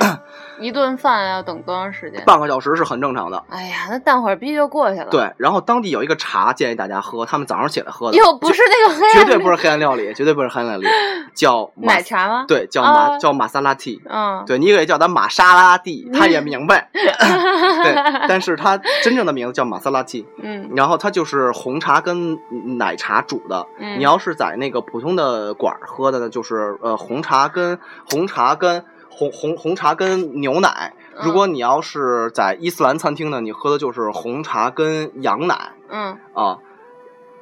S12: 一顿饭要等多长时间？
S11: 半个小时是很正常的。
S12: 哎呀，那蛋会儿逼就过去了。，
S11: 对，然后当地有一个茶建议大家喝，他们早上起来喝的，
S12: 又不是那个黑，
S11: <laughs> 绝对不是黑暗料理，绝对不是黑暗料
S12: <laughs>
S11: 理，叫马
S12: 奶，茶吗？，
S11: 对，叫马、
S12: 哦
S11: 叫玛莎拉蒂。
S12: 嗯，
S11: 对你也可以叫它玛莎拉蒂，他也明白。<laughs>
S12: <laughs>
S11: 对，但是它真正的名字叫玛莎拉蒂。
S12: 嗯
S11: 然后它就是红茶跟奶茶煮的。
S12: 嗯
S11: 你要是在那个普通的馆儿喝的呢，就是呃红茶跟红茶跟红红红茶跟牛奶。
S12: 嗯
S11: 如果你要是在伊斯兰餐厅呢，你喝的就是红茶跟羊奶
S12: 嗯
S11: 啊。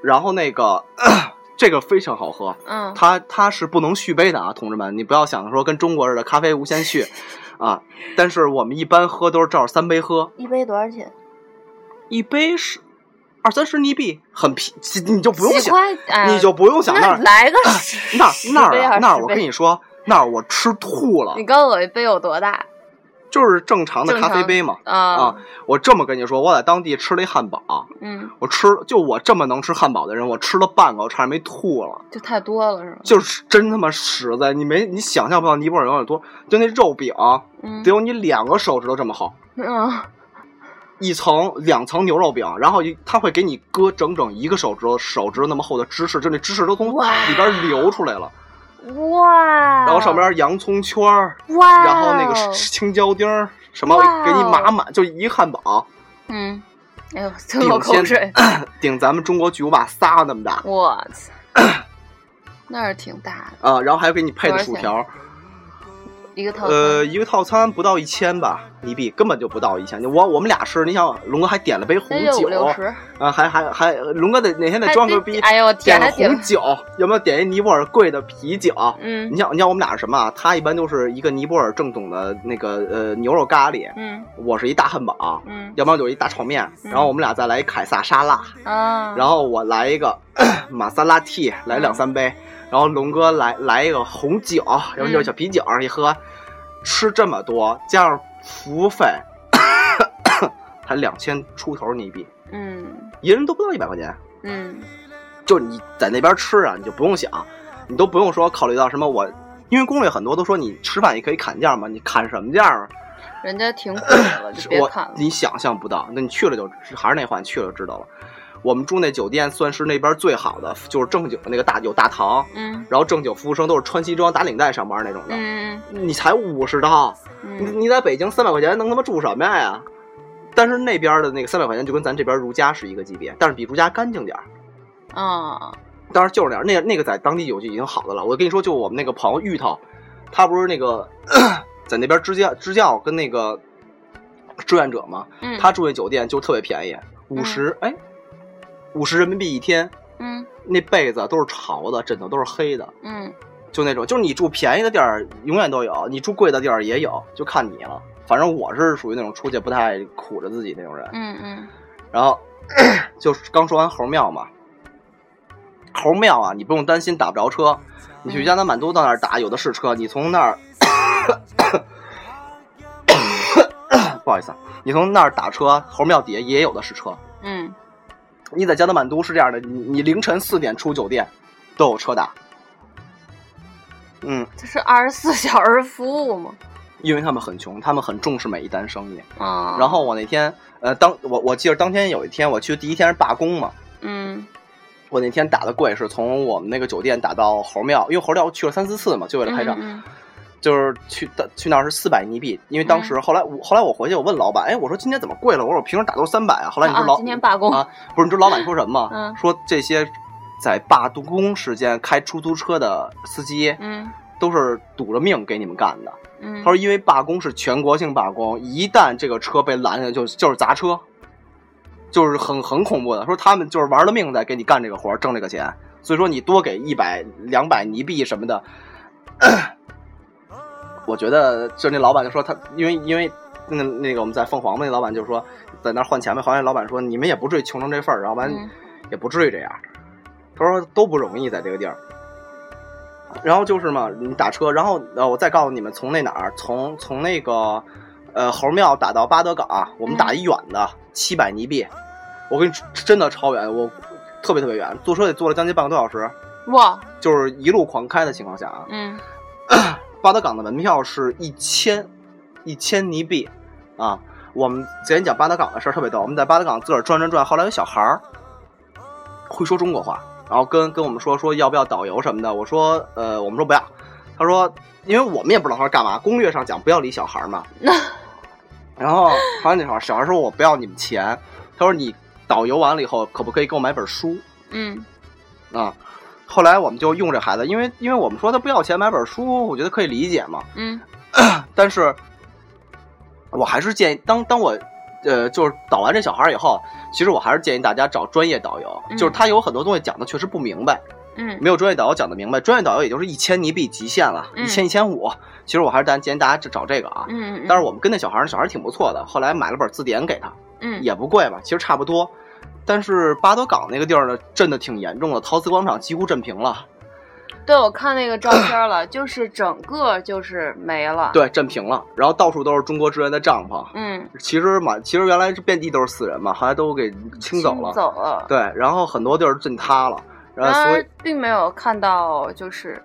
S11: 然后那个 <clears throat> 这个非常好喝，
S12: 嗯
S11: 它它是不能续杯的啊，同志们，你不要想着说跟中国似的咖啡无限续啊。但是我们一般喝都是照着三杯喝，
S9: 一杯多少钱？
S11: 一杯是二三十尼币，很便宜，你就不用
S12: 西
S11: 想，
S12: 瓜哎
S11: 你就不用想那
S12: 那
S11: 儿啊
S12: 来个十
S11: 那
S12: 十
S11: 那
S12: 杯
S11: 儿啊
S12: 二
S11: 那儿，
S12: 十
S11: 我
S12: 杯
S11: 跟你说，那儿我吃吐了
S12: 你，告诉我一杯有多大？
S11: 就是正常的
S12: 正
S11: 咖啡
S12: 常
S11: 杯嘛。
S12: 啊
S11: 啊，我这么跟你说，我在当地吃了一汉堡，
S12: 嗯，
S11: 我吃就我这么能吃汉堡的人，我吃了半个，我差点没吐了。
S12: 就太多了是吗？
S11: 就是真他妈实在，你没你想象不到尼泊尔人有多，就那肉饼
S12: 嗯
S11: 得有你两个手指头这么厚，
S12: 嗯
S11: 一层两层牛肉饼，然后一他会给你搁整整一个手指头手指头那么厚的芝士，就那芝士都从里边流出来
S12: 哦
S11: 了，
S12: 哇，
S11: 然后上边洋葱圈儿，
S12: 哇，
S11: 然后那个青椒丁儿什么
S12: 哦哇哦 <laughs>
S11: 给你码满，就一汉堡。
S12: 嗯哎呦， <laughs>
S11: 顶
S12: 吞口口
S11: 先 <clears throat>
S12: 水，
S11: 顶咱们中国巨无霸仨那么大
S12: 我操， <clears throat> 那儿挺大的，
S11: 啊，然后还给你配的
S12: 多少
S11: 薯
S12: 钱
S11: 条，
S12: 一个套餐。
S11: 呃，一个套餐不到一千吧，一币根本就不到一千。我我们俩吃，你想龙哥还点了杯红
S12: 那就五
S11: 酒
S12: 六十，
S11: 啊，还还还龙哥得哪天得
S12: 还
S11: 装个
S12: 真
S11: 逼，
S12: 哎呦我
S11: 点
S12: 天，
S11: 个
S12: 还点
S11: 红酒，要不要点一尼泊尔贵的啤酒？
S12: 嗯
S11: 你像你像我们俩是什么啊？他一般都是一个尼泊尔正宗的那个呃牛肉咖喱，
S12: 嗯
S11: 我是一大汉堡，
S12: 嗯
S11: 要不然就是一大炒面，然后我们俩再来一凯撒沙拉，
S12: 啊，
S11: 然后我来一个 <clears throat> 玛莎拉蒂，来
S12: 嗯
S11: 两三杯，然后龙哥来来一个红酒，然后就是
S12: 嗯
S11: 小啤酒一喝，吃这么多加上服务费， <coughs> 才两千出头尼币，
S12: 嗯
S11: 一人都不到一百块钱。
S12: 嗯
S11: 就是你在那边吃啊，你就不用想，你都不用说考虑到什么我，因为攻略很多都说你吃饭也可以砍价嘛，你砍什么价啊？
S12: 人家挺苦的
S11: <clears throat>
S12: 了，就别
S11: 我
S12: 看了。
S11: 你想象不到，那你去了就还是那话，你去了就知道了。我们住那酒店算是那边最好的，就是正经的那个大有大堂，
S12: 嗯
S11: 然后正经服务生都是穿西装打领带上班那种的。
S12: 嗯
S11: 你才五十刀，你
S12: 嗯
S11: 你在北京三百块钱能他妈住什么呀？但是那边的那个三百块钱就跟咱这边如家是一个级别，但是比如家干净点儿。
S12: 嗯啊，
S11: 当时就是那样，那那个在当地有就已经好的了。我跟你说，就我们那个朋友芋头，他不是那个 <clears throat> 在那边支教支教跟那个志愿者嘛，
S12: 嗯
S11: 他住那酒店就特别便宜，五十、哎，五十人民币一天。
S12: 嗯
S11: 那被子都是潮的，枕头都是黑的，
S12: 嗯
S11: 就那种，就是你住便宜的地儿永远都有，你住贵的地儿也有，就看你了。反正我是属于那种出去不太爱苦着自己那种人。
S12: 嗯嗯
S11: 然后 <clears throat> 就是刚说完猴庙嘛，猴庙啊，你不用担心打不着车，你去
S12: 嗯
S11: 江南满都到那儿打，有的是车。你从那儿，不好意思，啊，你从那儿打车，猴庙底下也有的是车。
S12: 嗯
S11: 你在江南满都是这样的，你你凌晨四点出酒店，都有车打。嗯，
S12: 这是二十四 <laughs> 小时服务嘛？
S11: 因为他们很穷，他们很重视每一单生意。
S12: 啊，
S11: 然后我那天，呃，当我我记得当天有一天我去第一天是罢工嘛，
S12: 嗯
S11: 我那天打的怪是从我们那个酒店打到猴庙，因为猴庙去了三四次嘛，就为了拍照，
S12: 嗯
S11: 就是去的去那儿是四百尼币，因为当
S12: 嗯
S11: 时后来我后来我回去我问老板，哎，我说今天怎么贵了？我说我平时打都是三百啊。后来你知
S12: 啊
S11: 道老、
S12: 今天罢工
S11: 啊，不是你知道老板说什么吗？
S12: 嗯
S11: 说这些在罢工时间开出租车的司机，
S12: 嗯
S11: 都是赌着命给你们干的。
S12: 嗯，
S11: 他说因为罢工是全国性罢工，一旦这个车被拦下，就就是砸车，就是很很恐怖的。说他们就是玩了命在给你干这个活儿，挣这个钱。所以说你多给一百、两百泥币什么的， <coughs> 我觉得就那老板就说他，因为因为那那个我们在凤凰嘛，那老板就说在那儿换钱呗。后来老板说你们也不至于穷成这份儿，要不然
S12: 嗯
S11: 也不至于这样。他说都不容易在这个地儿。然后就是嘛，你打车，然后呃，我再告诉你们从那哪儿，从从那个呃猴庙打到巴德港，啊我们打一远的七百尼币，我跟你说真的超远，我特别特别远，坐车得坐了将近半个多小时，
S12: 哇，
S11: 就是一路狂开的情况下啊，
S12: 嗯
S11: 巴德港的门票是一千一千尼币啊。我们之前讲巴德港的事儿特别逗，我们在巴德港自个儿转转转，后来有小孩儿会说中国话，然后跟跟我们说说要不要导游什么的，我说呃，我们说不要，他说因为我们也不知道他是干嘛，攻略上讲不要理小孩儿嘛。然后好像那小孩儿小孩儿说我不要你们钱，他说你导游完了以后可不可以给我买本书？
S12: 嗯
S11: 啊。后来我们就用这孩子，因为因为我们说他不要钱买本书，我觉得可以理解嘛。
S12: 嗯
S11: 但是，我还是建议，当当我呃就是导完这小孩儿以后，其实我还是建议大家找专业导游，
S12: 嗯
S11: 就是他有很多东西讲的确实不明白，
S12: 嗯
S11: 没有专业导游讲的明白。专业导游也就是一千尼币极限了，
S12: 嗯
S11: 一千一千五。其实我还是建议大家就找这个啊。
S12: 嗯，
S11: 但是我们跟那小孩儿，那小孩儿挺不错的，后来买了本字典给他，
S12: 嗯
S11: 也不贵吧，其实差不多。但是巴德港那个地儿呢，震的挺严重的，陶瓷广场几乎震平了。
S12: 对，我看那个照片了，就是整个就是没了。，
S11: 对，震平了，然后到处都是中国支援的帐篷。
S12: 嗯，
S11: 其实嘛，其实原来是遍地都是死人嘛，后来都给清走了。
S12: 走了。
S11: 对，然后很多地儿震塌了，然
S12: 然
S11: 后所以
S12: 而并没有看到，就是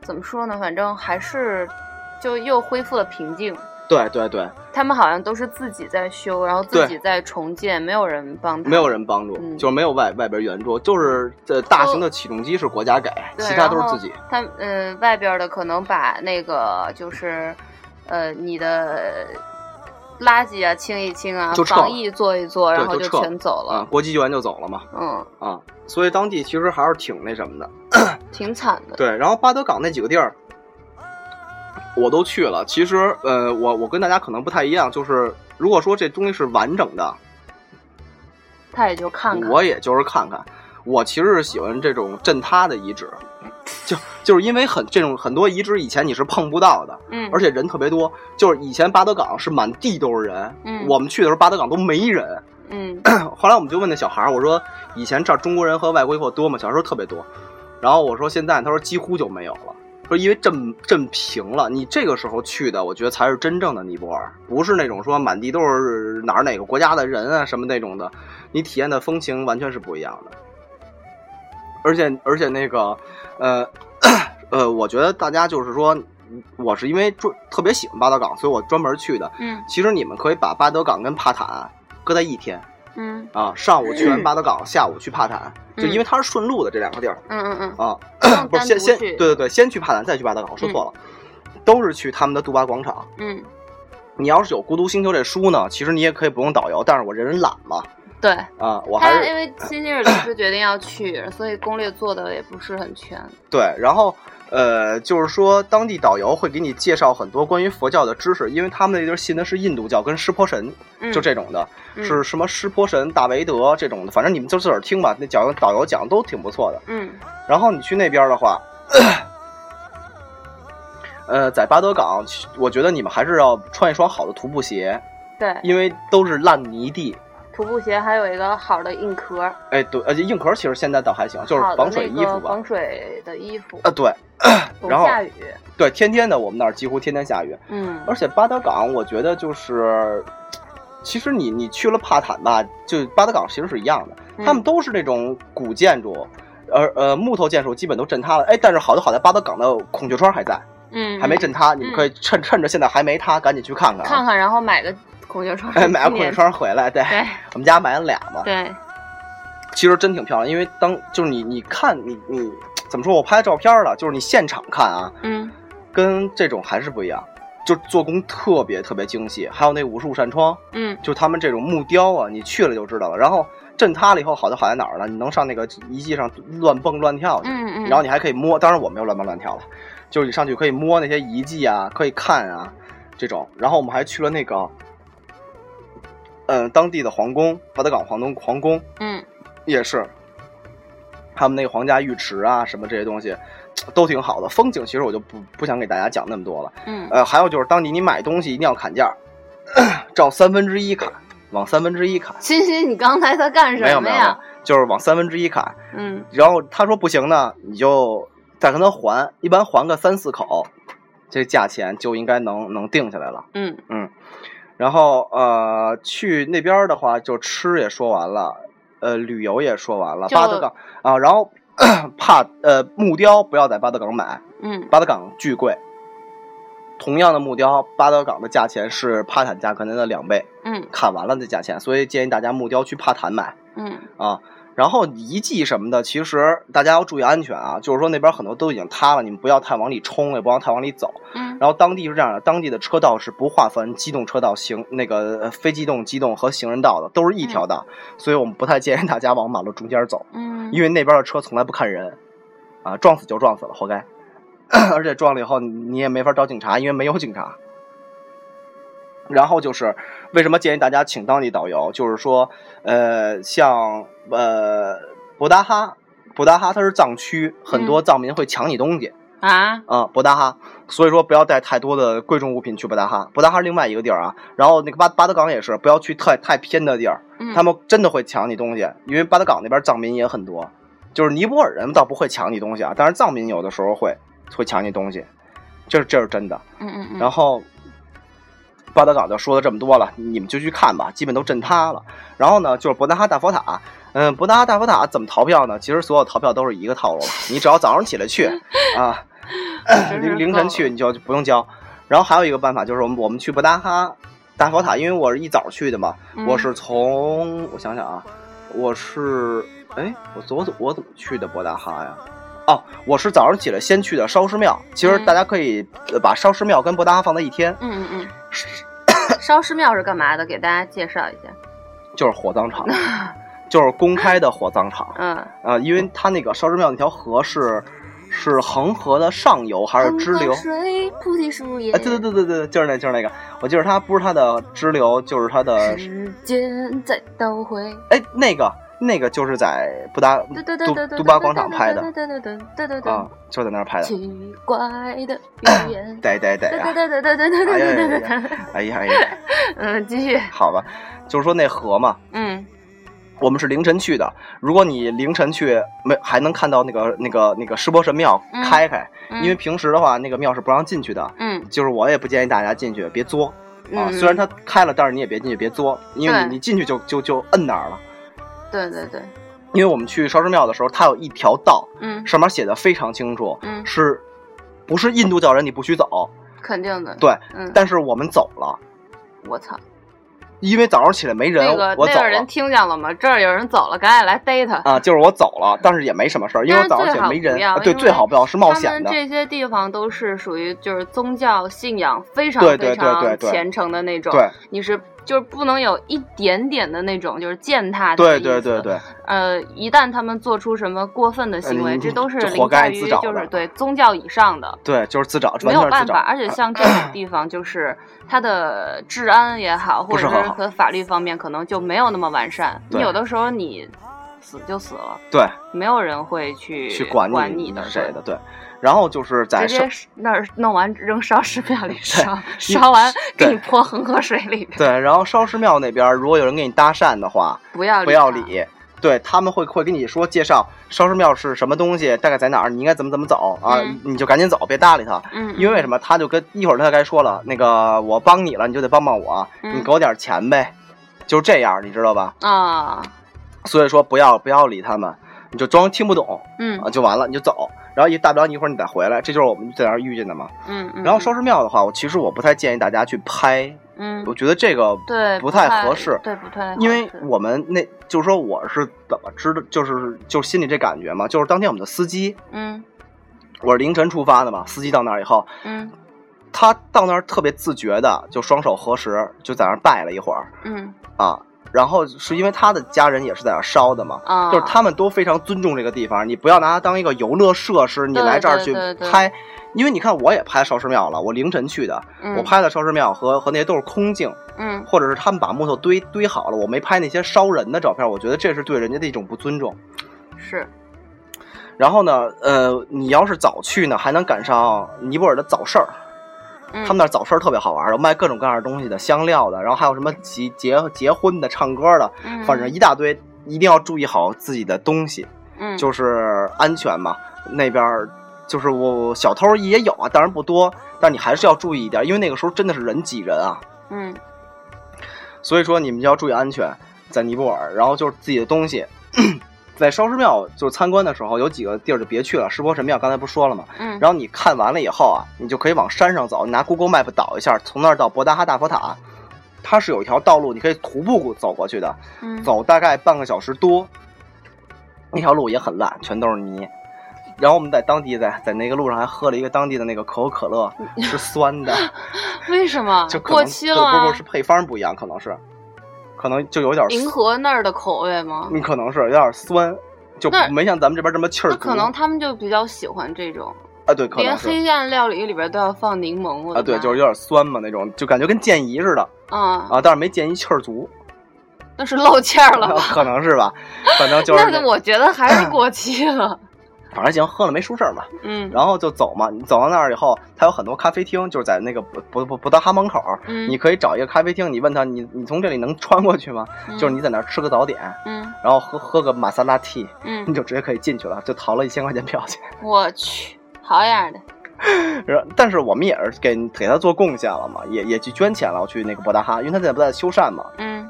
S12: 怎么说呢，反正还是就又恢复了平静。
S11: 对对对，
S12: 他们好像都是自己在修，然后自
S11: 对
S12: 己在重建，没有人帮他。
S11: 没有。人帮助，
S12: 嗯
S11: 就是没有外外边援助，就是这大型的起重机是国家给，
S12: 哦对，
S11: 其他都是自己
S12: 然。后他们呃，外边的可能把那个就是呃你的垃圾啊清一清啊
S11: 就，撤了
S12: 防疫做一做，然后
S11: 对，就撤
S12: 全走
S11: 啊
S12: 了。，
S11: 国际救援就走了嘛
S12: 嗯，
S11: 啊，所以当地其实还是挺那什么的。
S12: 挺惨的。
S11: 对，然后巴德港那几个地儿，我都去了。其实，呃，我我跟大家可能不太一样，就是如果说这东西是完整的，
S12: 他也就看看。
S11: 我也就是看看。我其实是喜欢这种震塌的遗址，
S12: 嗯
S11: 就就是因为很这种很多遗址以前你是碰不到的，
S12: 嗯，
S11: 而且人特别多。就是以前巴德港是满地都是人，
S12: 嗯
S11: 我们去的时候巴德港都没人。
S12: 嗯，
S11: 后来我们就问那小孩儿，我说以前这儿中国人和外国游客多吗？小时候特别多。然后我说现在，他说几乎就没有了。说因为震震平了，你这个时候去的，我觉得才是真正的尼泊尔，不是那种说满地都是哪儿哪个国家的人啊什么那种的，你体验的风情完全是不一样的。而且而且那个，呃呃，我觉得大家就是说，我是因为专特别喜欢巴德港，所以我专门去的。
S12: 嗯
S11: 其实你们可以把巴德港跟帕坦搁在一天，
S12: 嗯
S11: 啊，上午去完巴德港，下午去帕坦，就因为它是顺路的这两个地儿
S12: 嗯嗯嗯，
S11: 啊，<coughs>
S12: 用
S11: 不是先
S12: 单独
S11: 先对
S12: 去。
S11: 对对，先去帕坦，再去巴德港，说错了，都是去他们的杜巴广场。
S12: 嗯，
S11: 你要是有《孤独星球》这书呢，其实你也可以不用导游，但是我这人懒嘛，
S12: 对。
S11: 啊，我还
S12: 他因
S11: 是
S12: 为新西尔临时决定要去， <clears throat> 所以攻略做的也不是很全。
S11: 对，然后。呃，就是说，当地导游会给你介绍很多关于佛教的知识，因为他们那地儿信的是印度教跟湿婆神，
S12: 嗯，
S11: 就这种的，
S12: 嗯
S11: 是什么湿婆神、大维德这种的，反正你们就自个儿听吧。那讲导游讲都挺不错的。
S12: 嗯
S11: 然后你去那边的话， <coughs> 呃，在巴德港，其我觉得你们还是要穿一双好的徒步鞋，
S12: 对，
S11: 因为都是烂泥地。
S12: 徒步鞋还有一个好的硬壳，
S11: 哎，对，而且硬壳其实现在倒还行，就是
S12: 好的
S11: 防水
S12: 那
S11: 衣
S12: 个
S11: 服吧。
S12: 防水的衣服，
S11: 啊，对
S12: 不
S11: 然后
S12: 下雨。
S11: 对，天天的我们那儿几乎天天下雨，
S12: 嗯
S11: 而且巴德港我觉得就是，其实你你去了帕坦吧，就巴德港其实是一样的，
S12: 嗯
S11: 他们都是那种古建筑，而呃木头建筑基本都震塌了，哎，但是好就好在巴德港的孔雀窗还在。
S12: 嗯，
S11: 还没震塌，你们可以趁趁着现在还没塌，赶紧去看看
S12: 看
S11: 啊！
S12: 看，然后买个孔雀窗，
S11: 哎， <laughs> 买个孔雀
S12: 念。
S11: 窗回来，对
S12: 对
S11: 我们家买了俩嘛，
S12: 对，
S11: 其实真挺漂亮。因为当就是你你看你你怎么说，我拍照片了，就是你现场看啊，
S12: 嗯
S11: 跟这种还是不一样，就做工特别特别精细。还有那无数扇窗，
S12: 嗯
S11: 就他们这种木雕啊，你去了就知道了。然后震塌了以后，好就好在哪儿呢？你能上那个遗迹上乱蹦乱跳去，
S12: 嗯嗯，
S11: 然后你还可以摸，当然我没有乱蹦乱跳了，就是你上去可以摸那些遗迹啊，可以看啊这种。然后我们还去了那个，嗯，当地的皇宫，巴德港皇宫皇宫
S12: 嗯
S11: 也是，他们那个皇家浴池啊什么这些东西都挺好的。风景其实我就不不想给大家讲那么多了。
S12: 嗯
S11: 呃，还有就是当地你买东西一定要砍价， <coughs> 照三分之一砍，往三分之一砍，
S12: 欣欣，你刚才在干
S11: 没有
S12: 什
S11: 没
S12: 么
S11: 有，没有
S12: 呀？
S11: 就是往三分之一砍。
S12: 嗯
S11: 然后他说不行呢，你就再跟他还，一般还个三四口，这价钱就应该能能定下来了。
S12: 嗯
S11: 然后呃，去那边儿的话，就吃也说完了，呃，旅游也说完了，
S12: 就
S11: 巴德港啊，然后 <coughs> 怕呃木雕不要在巴德港买，
S12: 嗯
S11: 巴德港巨贵。同样的木雕，巴德港的价钱是帕坦价格的两倍，
S12: 嗯
S11: 砍完了的价钱，所以建议大家木雕去帕坦买。
S12: 嗯
S11: 啊。然后遗迹什么的，其实大家要注意安全啊，就是说那边很多都已经塌了，你们不要太往里冲，也不要太往里走。
S12: 嗯
S11: 然后当地是这样的，当地的车道是不划分机动车道、行那个呃非机动、机动和行人道的，都是一条道，所以我们不太建议大家往马路中间走，
S12: 嗯，
S11: 因为那边的车从来不看人，啊，撞死就撞死了，活该。 <coughs> 而且撞了以后，你也没法找警察，因为没有警察。然后就是为什么建议大家请当地导游，就是说，呃，像呃博达哈，博达哈它是藏区，很多藏民会抢你东西
S12: 啊，
S11: 啊、博达哈，所以说不要带太多的贵重物品去博达哈。博达哈是另外一个地儿啊，然后那个巴巴德港也是，不要去太太偏的地儿，
S12: 嗯
S11: 他们真的会抢你东西，因为巴德港那边藏民也很多，就是尼泊尔人倒不会抢你东西啊，但是藏民有的时候会会抢你东西，这是这是真的。
S12: 嗯嗯嗯，
S11: 然后巴德港就说了这么多了，你们就去看吧，基本都震塌了。然后呢，就是博达哈大佛塔，嗯，博达哈大佛塔怎么逃票呢？其实所有逃票都是一个套路了，你只要早上起来
S12: <laughs>
S11: 去啊，
S12: 真是嗯
S11: 凌凌晨去你就不用交。然后还有一个办法就是我们我们去博达哈大佛塔，因为我是一早去的嘛，
S12: 嗯
S11: 我是从我想想啊，我是哎，我昨我怎我怎么去的博达哈呀？哦，我是早上起来先去的烧尸庙。其实
S12: 嗯
S11: 大家可以呃把烧尸庙跟博达哈放在一天。
S12: 嗯嗯嗯，烧尸庙是干嘛的？给大家介绍一下。
S11: 就是火葬 <laughs> 场，就是公开的火葬场。
S12: 嗯，
S11: 啊，因为它那个烧尸庙那条河是是恒河的上游还是支流？
S9: 水菩提树叶
S11: 哎，，对对对对对，就是那，就是那个，我记得它不是它的支流，就是它的，
S9: 时间在倒回。
S11: 哎，那个那个就是在啊布达
S9: 对对对
S11: 杜
S9: 对对，
S11: 杜巴广场拍的
S9: 对对对对对对
S11: 啊，就在那儿拍的，。
S9: 奇怪的语言
S11: 对对对
S9: 对
S11: 啊
S9: 对，对对对对对对对对
S11: <laughs> 哎呀哎
S9: 对。
S11: 呀哎呀哎呀，
S12: 嗯，继续。
S11: 好吧，就是说那河嘛，
S12: 嗯，
S11: 我们是凌晨去的，如果你凌晨去，没还能看到那个那个那个石波神庙
S12: 嗯
S11: 开开，
S12: 嗯
S11: 因为平时的话那个庙是不让进去的，
S12: 嗯
S11: 就是我也不建议大家进去，别作啊。
S12: 嗯，
S11: 虽然它开了，但是你也别进去，别作，因为
S12: 对
S11: 你你进去就就就摁那儿了。
S12: 对对对，
S11: 因为我们去烧尸庙的时候，它有一条道，
S12: 嗯
S11: 上面写的非常清楚，
S12: 嗯，
S11: 是不是印度教人你不许走？
S12: 肯定的。
S11: 对，
S12: 嗯，
S11: 但是我们走了，
S12: 我操，
S11: 因为早上起来没人，
S12: 那个
S11: 我
S12: 那
S11: 走
S12: 个人
S11: 了。
S12: 听见了吗？这儿有人走了，赶紧来逮他。
S11: 啊，就是我走了，但是也没什么事儿，因为我早上起来没人。
S12: 但是最好
S11: 啊
S12: 不
S11: 对，最好
S12: 要因为
S11: 不要是冒险的
S12: 他。们这些地方都是属于就是宗教信仰非常
S11: 对对
S12: 非
S11: 对对
S12: 常
S11: 对
S12: 虔诚的那种，
S11: 对
S12: 你是就是不能有一点点的那种就是践踏的
S11: 对
S12: 意思
S11: 对对，对，
S12: 呃，一旦他们做出什么过分的行
S11: 呃
S12: 为，
S11: 你
S12: 这都是
S11: 就
S12: 凌
S11: 活该
S12: 驾于
S11: 自找的
S12: 就是对宗教以上的。
S11: 对，就是自找，完
S12: 没有
S11: 全是
S12: 办
S11: 自找
S12: 法，。而且像这种地方，就是它的治安也好，
S11: 不
S12: 或
S11: 是
S12: 者
S11: 很
S12: 是
S11: 好
S12: 和法律方面可能就没有那么完善。你
S11: 对
S12: 有的时候你死就死了，
S11: 对，
S12: 没有人会去
S11: 去
S12: 管
S11: 你
S12: 的，
S11: 谁
S12: 对
S11: 的？对。然后就是在
S12: 直
S11: 烧
S12: 接，是那儿弄完扔烧尸庙里烧， <laughs>
S11: 因
S12: 烧完
S11: 对
S12: 给你泼恒河水里
S11: <laughs>
S12: 边，
S11: 对，然后烧尸庙那边，如果有人给你搭讪的话，
S12: 不要
S11: 不要
S12: 他。
S11: 理。对他们会会跟你说介绍烧尸庙是什么东西，大概在哪儿，你应该怎么怎么走啊，
S12: 嗯
S11: 你就赶紧走，别搭理他。
S12: 嗯，
S11: 因为为什么？他就跟一会儿他该说了，那个我帮你了，你就得帮帮我，
S12: 嗯
S11: 你给我点钱呗，就是这样，你知道吧？
S12: 啊？
S11: 所以说不要不要理他们，你就装听不懂
S12: 嗯
S11: 啊就完了，你就走。然后也大不了你一会儿你再回来，这就是我们在那儿遇见的嘛。
S12: 嗯嗯。
S11: 然后烧尸庙的话，我其实我不太建议大家去拍，
S12: 嗯，
S11: 我觉得这个
S12: 对，
S11: 不太合适
S12: 对，不太合适，
S11: 因为我们那就是说我是怎么知道，就是就心里这感觉嘛，就是当天我们的司机，
S12: 嗯
S11: 我是凌晨出发的嘛，司机到那儿以后，
S12: 嗯
S11: 他到那儿特别自觉的就双手合十，就在那儿拜了一会儿
S12: 嗯
S11: 啊。然后是因为他的家人也是在那儿烧的嘛，
S12: 啊，
S11: 就是他们都非常尊重这个地方，你不要拿它当一个游乐设施，你
S12: 对
S11: 来这儿
S12: 对
S11: 去
S12: 对对
S11: 拍。因为你看，我也拍烧尸庙了，我凌晨去的，
S12: 嗯
S11: 我拍的烧尸庙和和那些都是空镜，
S12: 嗯
S11: 或者是他们把木头堆堆好了，我没拍那些烧人的照片，我觉得这是对人家的一种不尊重。
S12: 是
S11: 然后呢，呃，你要是早去呢，还能赶上尼泊尔的早市儿，
S12: 嗯
S11: 他们那儿早市儿特别好玩儿，有卖各种各样的东西的，香料的，然后还有什么结结结婚的、唱歌的，
S12: 嗯
S11: 反正一大堆，一定要注意好自己的东西，
S12: 嗯
S11: 就是安全嘛。那边儿就是我小偷也有啊，当然不多，但你还是要注意一点，因为那个时候真的是人挤人啊。
S12: 嗯
S11: 所以说你们要注意安全，在尼泊尔，然后就是自己的东西。 <clears throat> 在烧尸庙就是参观的时候，有几个地儿就别去了。石波神庙刚才不是说了吗？
S12: 嗯，
S11: 然后你看完了以后啊，你就可以往山上走，你拿 Google Map 导一下，从那儿到博达哈大佛塔，它是有一条道路，你可以徒步走过去的，
S12: 嗯
S11: 走大概半个小时多。那条路也很烂，全都是泥。然后我们在当地在在那个路上还喝了一个当地的那个可口可乐，是酸
S12: <laughs>
S11: 的。
S12: 为什么
S11: 就可能
S12: 过期了啊
S11: 对不
S12: 吗
S11: 不是？配方不一样，可能是，可能就有点
S12: 银河那儿的口味吗？
S11: 嗯，可能是有点酸，就
S12: 那
S11: 没像咱们这边这么气儿
S12: 那
S11: 足。
S12: 可能他们就比较喜欢这种，
S11: 啊，对，可
S12: 连
S11: 能是
S12: 黑暗料理里边都要放柠檬。我的
S11: 啊，对，
S12: 妈
S11: 就是有点酸嘛那种，就感觉跟健怡似的
S12: 啊，
S11: 啊，但是没健怡气儿
S12: <laughs>
S11: 足，
S12: 那是漏气儿了吧？
S11: 可能是吧，反正 <laughs> 就是
S12: <laughs> 那个我觉得还是过期了。
S11: 反正行，喝了没出事儿嘛。
S12: 嗯
S11: 然后就走嘛，你走到那儿以后，它有很多咖啡厅，就是在那个不不不不到哈门口儿，
S12: 嗯，
S11: 你可以找一个咖啡厅，你问他你你从这里能穿过去吗？就是你在那儿吃个早点，
S12: 嗯
S11: 然后喝喝个玛莎拉蒂，你
S12: 嗯，
S11: 就直接可以进去了，就掏了一千块钱票钱。 <laughs>
S12: 我去，好样的！
S11: 然后，但是我们也是给给他做贡献了嘛，也也去捐钱了，去那个博达哈，因为他现在不在修缮嘛，
S12: 嗯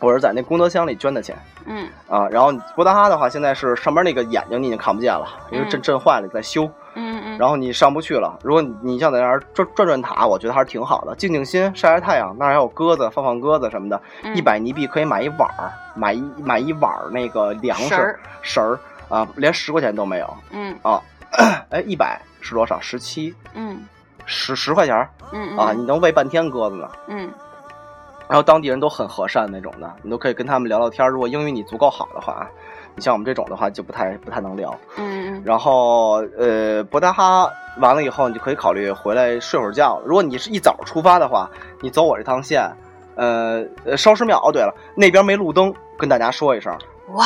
S11: 我是在那功德箱里捐的钱
S12: 嗯
S11: 啊。然后博达哈的话，现在是上边那个眼睛你已经看不见了，因为
S12: 嗯
S11: 震震坏了，在修，
S12: 嗯嗯，
S11: 然后你上不去了。如果你你想在那儿转转转塔，我觉得还是挺好的，静静心，晒晒太阳，那儿还有鸽子，放放鸽子什么的。
S12: 嗯
S11: 一百尼币可以买一碗儿，买一买一碗儿那个粮
S12: 食
S11: 食
S12: 儿
S11: 食儿啊，连十块钱都没有。
S12: 嗯
S11: 哎，一百是多少？十七，
S12: 嗯
S11: 十十块钱儿啊
S12: 嗯嗯
S11: 啊，你能喂半天鸽子呢。
S12: 嗯
S11: 然后当地人都很和善那种的，你都可以跟他们聊聊天儿。如果英语你足够好的话，啊你像我们这种的话就不太不太能聊。
S12: 嗯
S11: 然后呃，博达哈完了以后，你就可以考虑回来睡会儿觉。如果你是一早出发的话，你走我这趟线，呃，呃烧石庙。哦，对了，那边没路灯，跟大家说一声
S12: 嗯，哇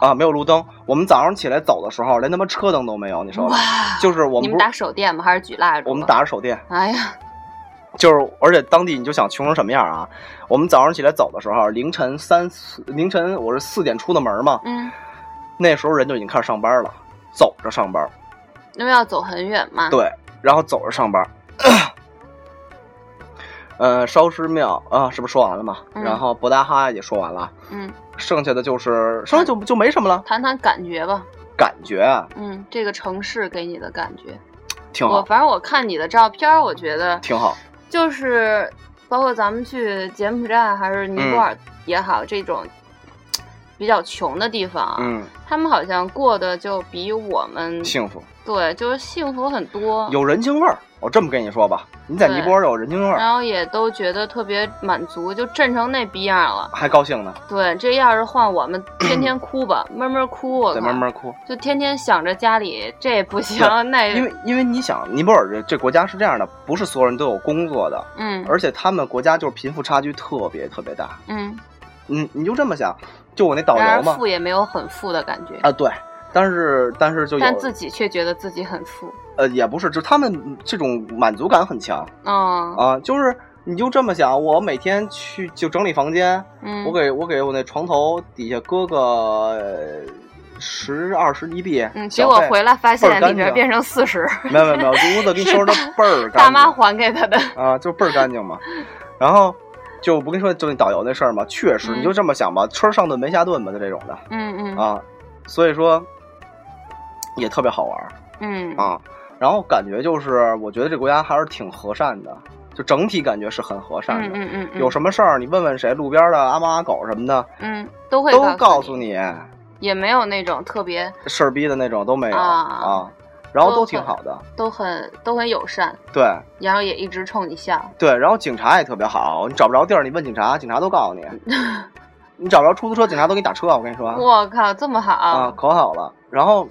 S11: 啊，没有路灯。我们早上起来走的时候，连他妈车灯都没有，你说吧
S12: 哇，，
S11: 就是我
S12: 你
S11: 们不
S12: 们打
S11: 是
S12: 手电吗？还是举蜡烛？
S11: 我们。打着手电，
S12: 哎呀，
S11: 就是而且当地你就想穷成什么样啊？我们早上起来走的时候，凌晨三四凌晨我是四点出的门嘛，
S12: 嗯，
S11: 那时候人就已经开始上班了，走着上班，
S12: 因为要走很远嘛。，
S11: 对，然后走着上班。 <coughs> 呃，烧尸庙啊，是不是说完了嘛？
S12: 嗯
S11: 然后博达哈也说完了，
S12: 嗯，
S11: 剩下的就是剩下就就没什么了，
S12: 谈谈感觉吧。
S11: 感觉啊
S12: 嗯，这个城市给你的感觉，
S11: 挺
S12: 我啊
S11: 好，
S12: 反正我看你的照片儿，我觉得
S11: 挺好。
S12: 就是包括咱们去柬埔寨还是尼泊尔也好，这种比较穷的地方啊，
S11: 嗯，
S12: 他们好像过得就比我们
S11: 幸福，
S12: 对，就是幸福很多，
S11: 有人情味儿。我这么跟你说吧，你在
S12: 对
S11: 尼泊尔有人情味儿，
S12: 然后也都觉得特别满足，就震成那逼样了。
S11: 还高兴呢，
S12: 对，这要是换我们，天天哭吧，
S11: 嗯
S12: 闷闷哭，我
S11: 得
S12: 靠
S11: 慢慢哭。
S12: 就天天想着家里这不行，那
S11: 因为因为你想，尼泊尔这这国家是这样的，不是所有人都有工作的，
S12: 嗯
S11: 而且他们国家就是贫富差距特别特别大。
S12: 嗯，
S11: 嗯，你就这么想，就我那导
S12: 然
S11: 游
S12: 而
S11: 嘛
S12: 富，也没有很富的感觉，
S11: 啊对，但是但是就有
S12: 但自己却觉得自己很富。
S11: 呃也不是，就他们这种满足感很强
S12: 嗯
S11: 啊，就是你就这么想，我每天去就整理房间，
S12: 嗯，
S11: 我给我给我那床头底下搁个呃十二十一币，
S12: 嗯，结
S11: 小
S12: 果
S11: 费
S12: 回来发
S11: 倍儿
S12: 现
S11: 干
S12: 里边
S11: 净
S12: 变成四十，
S11: 没有没有没有，这屋
S12: <laughs>
S11: 子给你收拾的倍儿干净，
S12: 大妈还给他的。
S11: 啊，就倍儿干净嘛。然后就我不跟你说，就那导游那事儿嘛，确实，
S12: 嗯
S11: 你就这么想吧，吃上顿没下顿吧，就这种的
S12: 嗯嗯
S11: 啊。所以说也特别好玩儿
S12: 嗯
S11: 啊。然后感觉就是，我觉得这国家还是挺和善的，就整体感觉是很和善
S12: 嗯
S11: 的。
S12: 嗯嗯，
S11: 有什么事儿你问问谁，路边的阿猫阿狗什么的
S12: 嗯都会
S11: 都告
S12: 诉
S11: 诉，你，
S12: 也没有那种特别
S11: 事儿逼的那种都没有
S12: 啊
S11: 啊。然后
S12: 都
S11: 都挺
S12: 很
S11: 好的，
S12: 都很都很友善，
S11: 对
S12: 然后也一直冲你笑。
S11: 对。然后警察也特别好，你找不着地儿，你问警察，警察都告
S12: <laughs>
S11: 诉你。你找不着出租车，警察都给你打车，我跟你说。
S12: 我靠，这么好
S11: 啊，可好了。然后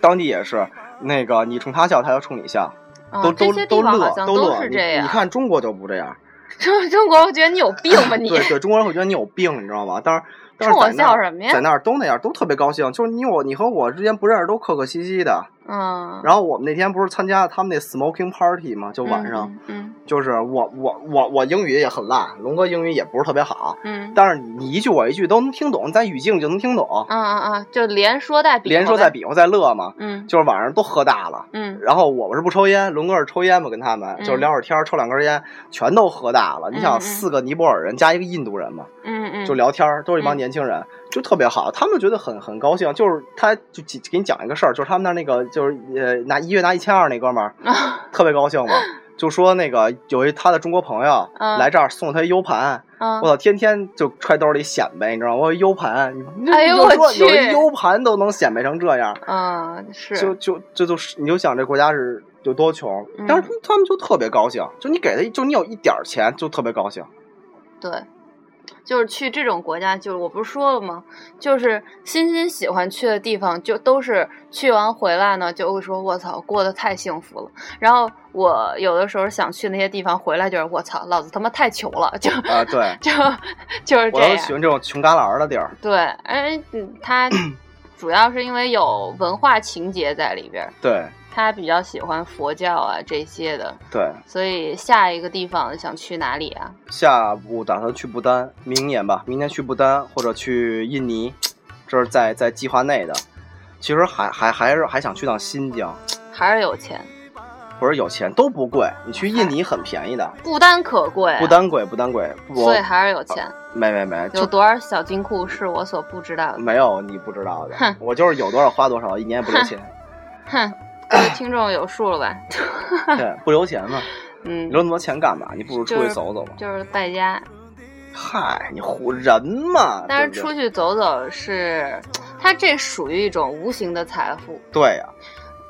S11: 当地也是，那个你冲他笑，他就冲你笑，
S12: 啊
S11: 都
S12: 这
S11: 都
S12: 些地
S11: 都
S12: 方
S11: 乐
S12: 好像
S11: 乐。
S12: 是
S11: 你
S12: 这样。
S11: 你看中国就不这样，
S12: 中中国，我觉得你有病吧啊
S11: <laughs>
S12: 你？
S11: 对对，中国人会觉得你有病，你知道吗？但是但是
S12: 冲我
S11: 在那儿
S12: 笑什么呀
S11: 在那儿都那样，都特别高兴。就是你我你和我之间不认识，都客客气气的。
S12: 嗯，
S11: 然后我们那天不是参加他们那 smoking party 嘛，就晚上，
S12: 嗯，
S11: 就是我我我我英语也很烂，龙哥英语也不是特别好，
S12: 嗯嗯
S11: 但是你你一句我一句都能听懂，在语境就能听懂，
S12: 嗯嗯嗯，就连说带比，
S11: 连说带，比划带乐嘛。
S12: 嗯
S11: 就是晚上都喝大了。
S12: 嗯
S11: 然后我是不抽烟，龙哥是抽烟嘛，跟他们
S12: 嗯
S11: 就是聊会儿天儿，抽两根烟，全都喝大了。你
S12: 嗯嗯
S11: 想，四个尼泊尔人加一个印度人嘛，
S12: 嗯嗯，
S11: 就聊天儿，都是一帮
S12: 嗯
S11: 年轻人，就特别好。他们觉得很很高兴，就是他就给给你讲一个事儿，就是他们那儿那个就是呃拿一月拿一千二那哥们儿，
S12: 啊
S11: 特别高兴
S12: <laughs>
S11: 嘛，就说那个有一他的中国朋友
S12: 嗯
S11: 来这儿送了他一 U 盘，
S12: 嗯
S11: 我操，天天就揣兜里显摆，你知道吗？我有 U 盘，你
S12: 哎呦
S11: 你就说
S12: 我去
S11: 有一 U 盘都能显摆成这样，
S12: 嗯是，
S11: 就就这就是你就想这国家是有多穷
S12: 嗯，
S11: 但是他们他们就特别高兴，就你给他就你有一点儿钱就特别高兴，
S12: 对，就是去这种国家，就是我不是说了吗？就是欣欣喜欢去的地方，就都是去完回来呢，就会说“我操，过得太幸福了”。然后我有的时候想去那些地方，回来就是“我操，老子他妈太穷了”，就
S11: 啊
S12: <laughs>
S11: 对
S12: 就就是
S11: 我
S12: 这
S11: 都
S12: 样。
S11: 喜欢这种穷旮旯儿的地儿，
S12: 对，而嗯
S11: <clears throat>
S12: 他主要是因为有文化情节在里边儿，
S11: 对
S12: 他比较喜欢佛教啊这些的，
S11: 对。
S12: 所以下一个地方想去哪里啊？
S11: 下午打算去不丹，明年吧，明年去不丹或者去印尼，这是在在计划内的。其实还还还是还想去趟新疆，
S12: 还是有钱，
S11: 不是有钱都不贵，你去印尼很便宜的，
S12: 不丹可贵啊、
S11: 不丹贵不丹贵，我
S12: 所以还是有钱，
S11: 没没没，
S12: 有
S11: 就
S12: 多少小金库是我所不知道的。
S11: 没有你不知道的
S12: 哼，
S11: 我就是有多少花多少，一年也不留钱。
S12: 哼，各位听众有数了吧？ <laughs>
S11: 对，不留钱嘛，
S12: 嗯
S11: 你，留那么多钱干嘛？你不如出
S12: 就
S11: 去
S12: 是
S11: 走走吧。
S12: 就是败家，
S11: 嗨，你唬人嘛！
S12: 但是
S11: 对不
S12: 出
S11: 对
S12: 去走走是，它这属于一种无形的财富。
S11: 对呀、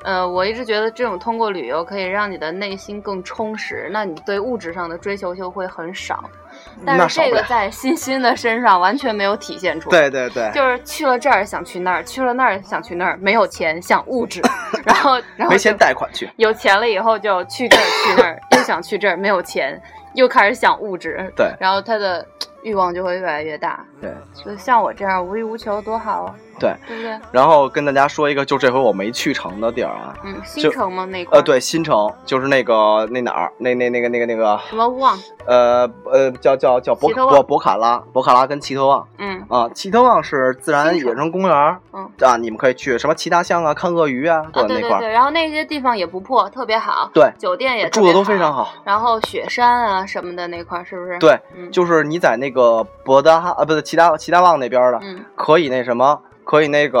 S12: 呃，我一直觉得这种通过旅游可以让你的内心更充实，那你对物质上的追求就会很少。
S11: 那
S12: 但是
S11: 少
S12: 这
S11: 不
S12: 个
S11: 了
S12: 在欣欣的身上完全没有体现出
S11: 对
S12: 来。
S11: 对对，
S12: 就是去了这儿想去那儿，去了那儿想去那儿，没有钱想物
S11: <laughs>
S12: 质，然后然后
S11: 没
S12: 就
S11: 钱贷款去。
S12: 有钱了以后就去这儿去那儿，又想去这儿没有钱，又开始想物质，
S11: 对
S12: 然后他的欲望就会越来越大。
S11: 对
S12: 就像我这样无欲无求多好啊，
S11: 对，
S12: 对不对？
S11: 然后跟大家说一个，就这回我没去成的地儿啊，
S12: 嗯，新城吗？那块儿
S11: 呃，，对，新城就是那个那哪儿，那那那个那个那个，
S12: 什么旺？
S11: 呃呃，叫叫叫博
S12: 奇特旺
S11: 博博卡拉，博卡拉跟奇特旺
S12: 嗯，
S11: 啊，奇特旺是自然野生公园儿，
S12: 嗯
S11: 啊，你们可以去什么骑大象啊，看鳄鱼啊，
S12: 啊，对
S11: 那
S12: 对
S11: 块
S12: 对，
S11: 儿，
S12: 然后那些地方也不破，特别好，
S11: 对
S12: 酒店也特
S11: 住
S12: 别
S11: 的都非常
S12: 好，
S11: 好。
S12: 然后雪山啊什么的那块儿是不是？
S11: 对，
S12: 嗯，
S11: 就是你在那个博达哈啊，不是齐达齐达旺那边儿的，
S12: 嗯，
S11: 可以那什么，可以那个，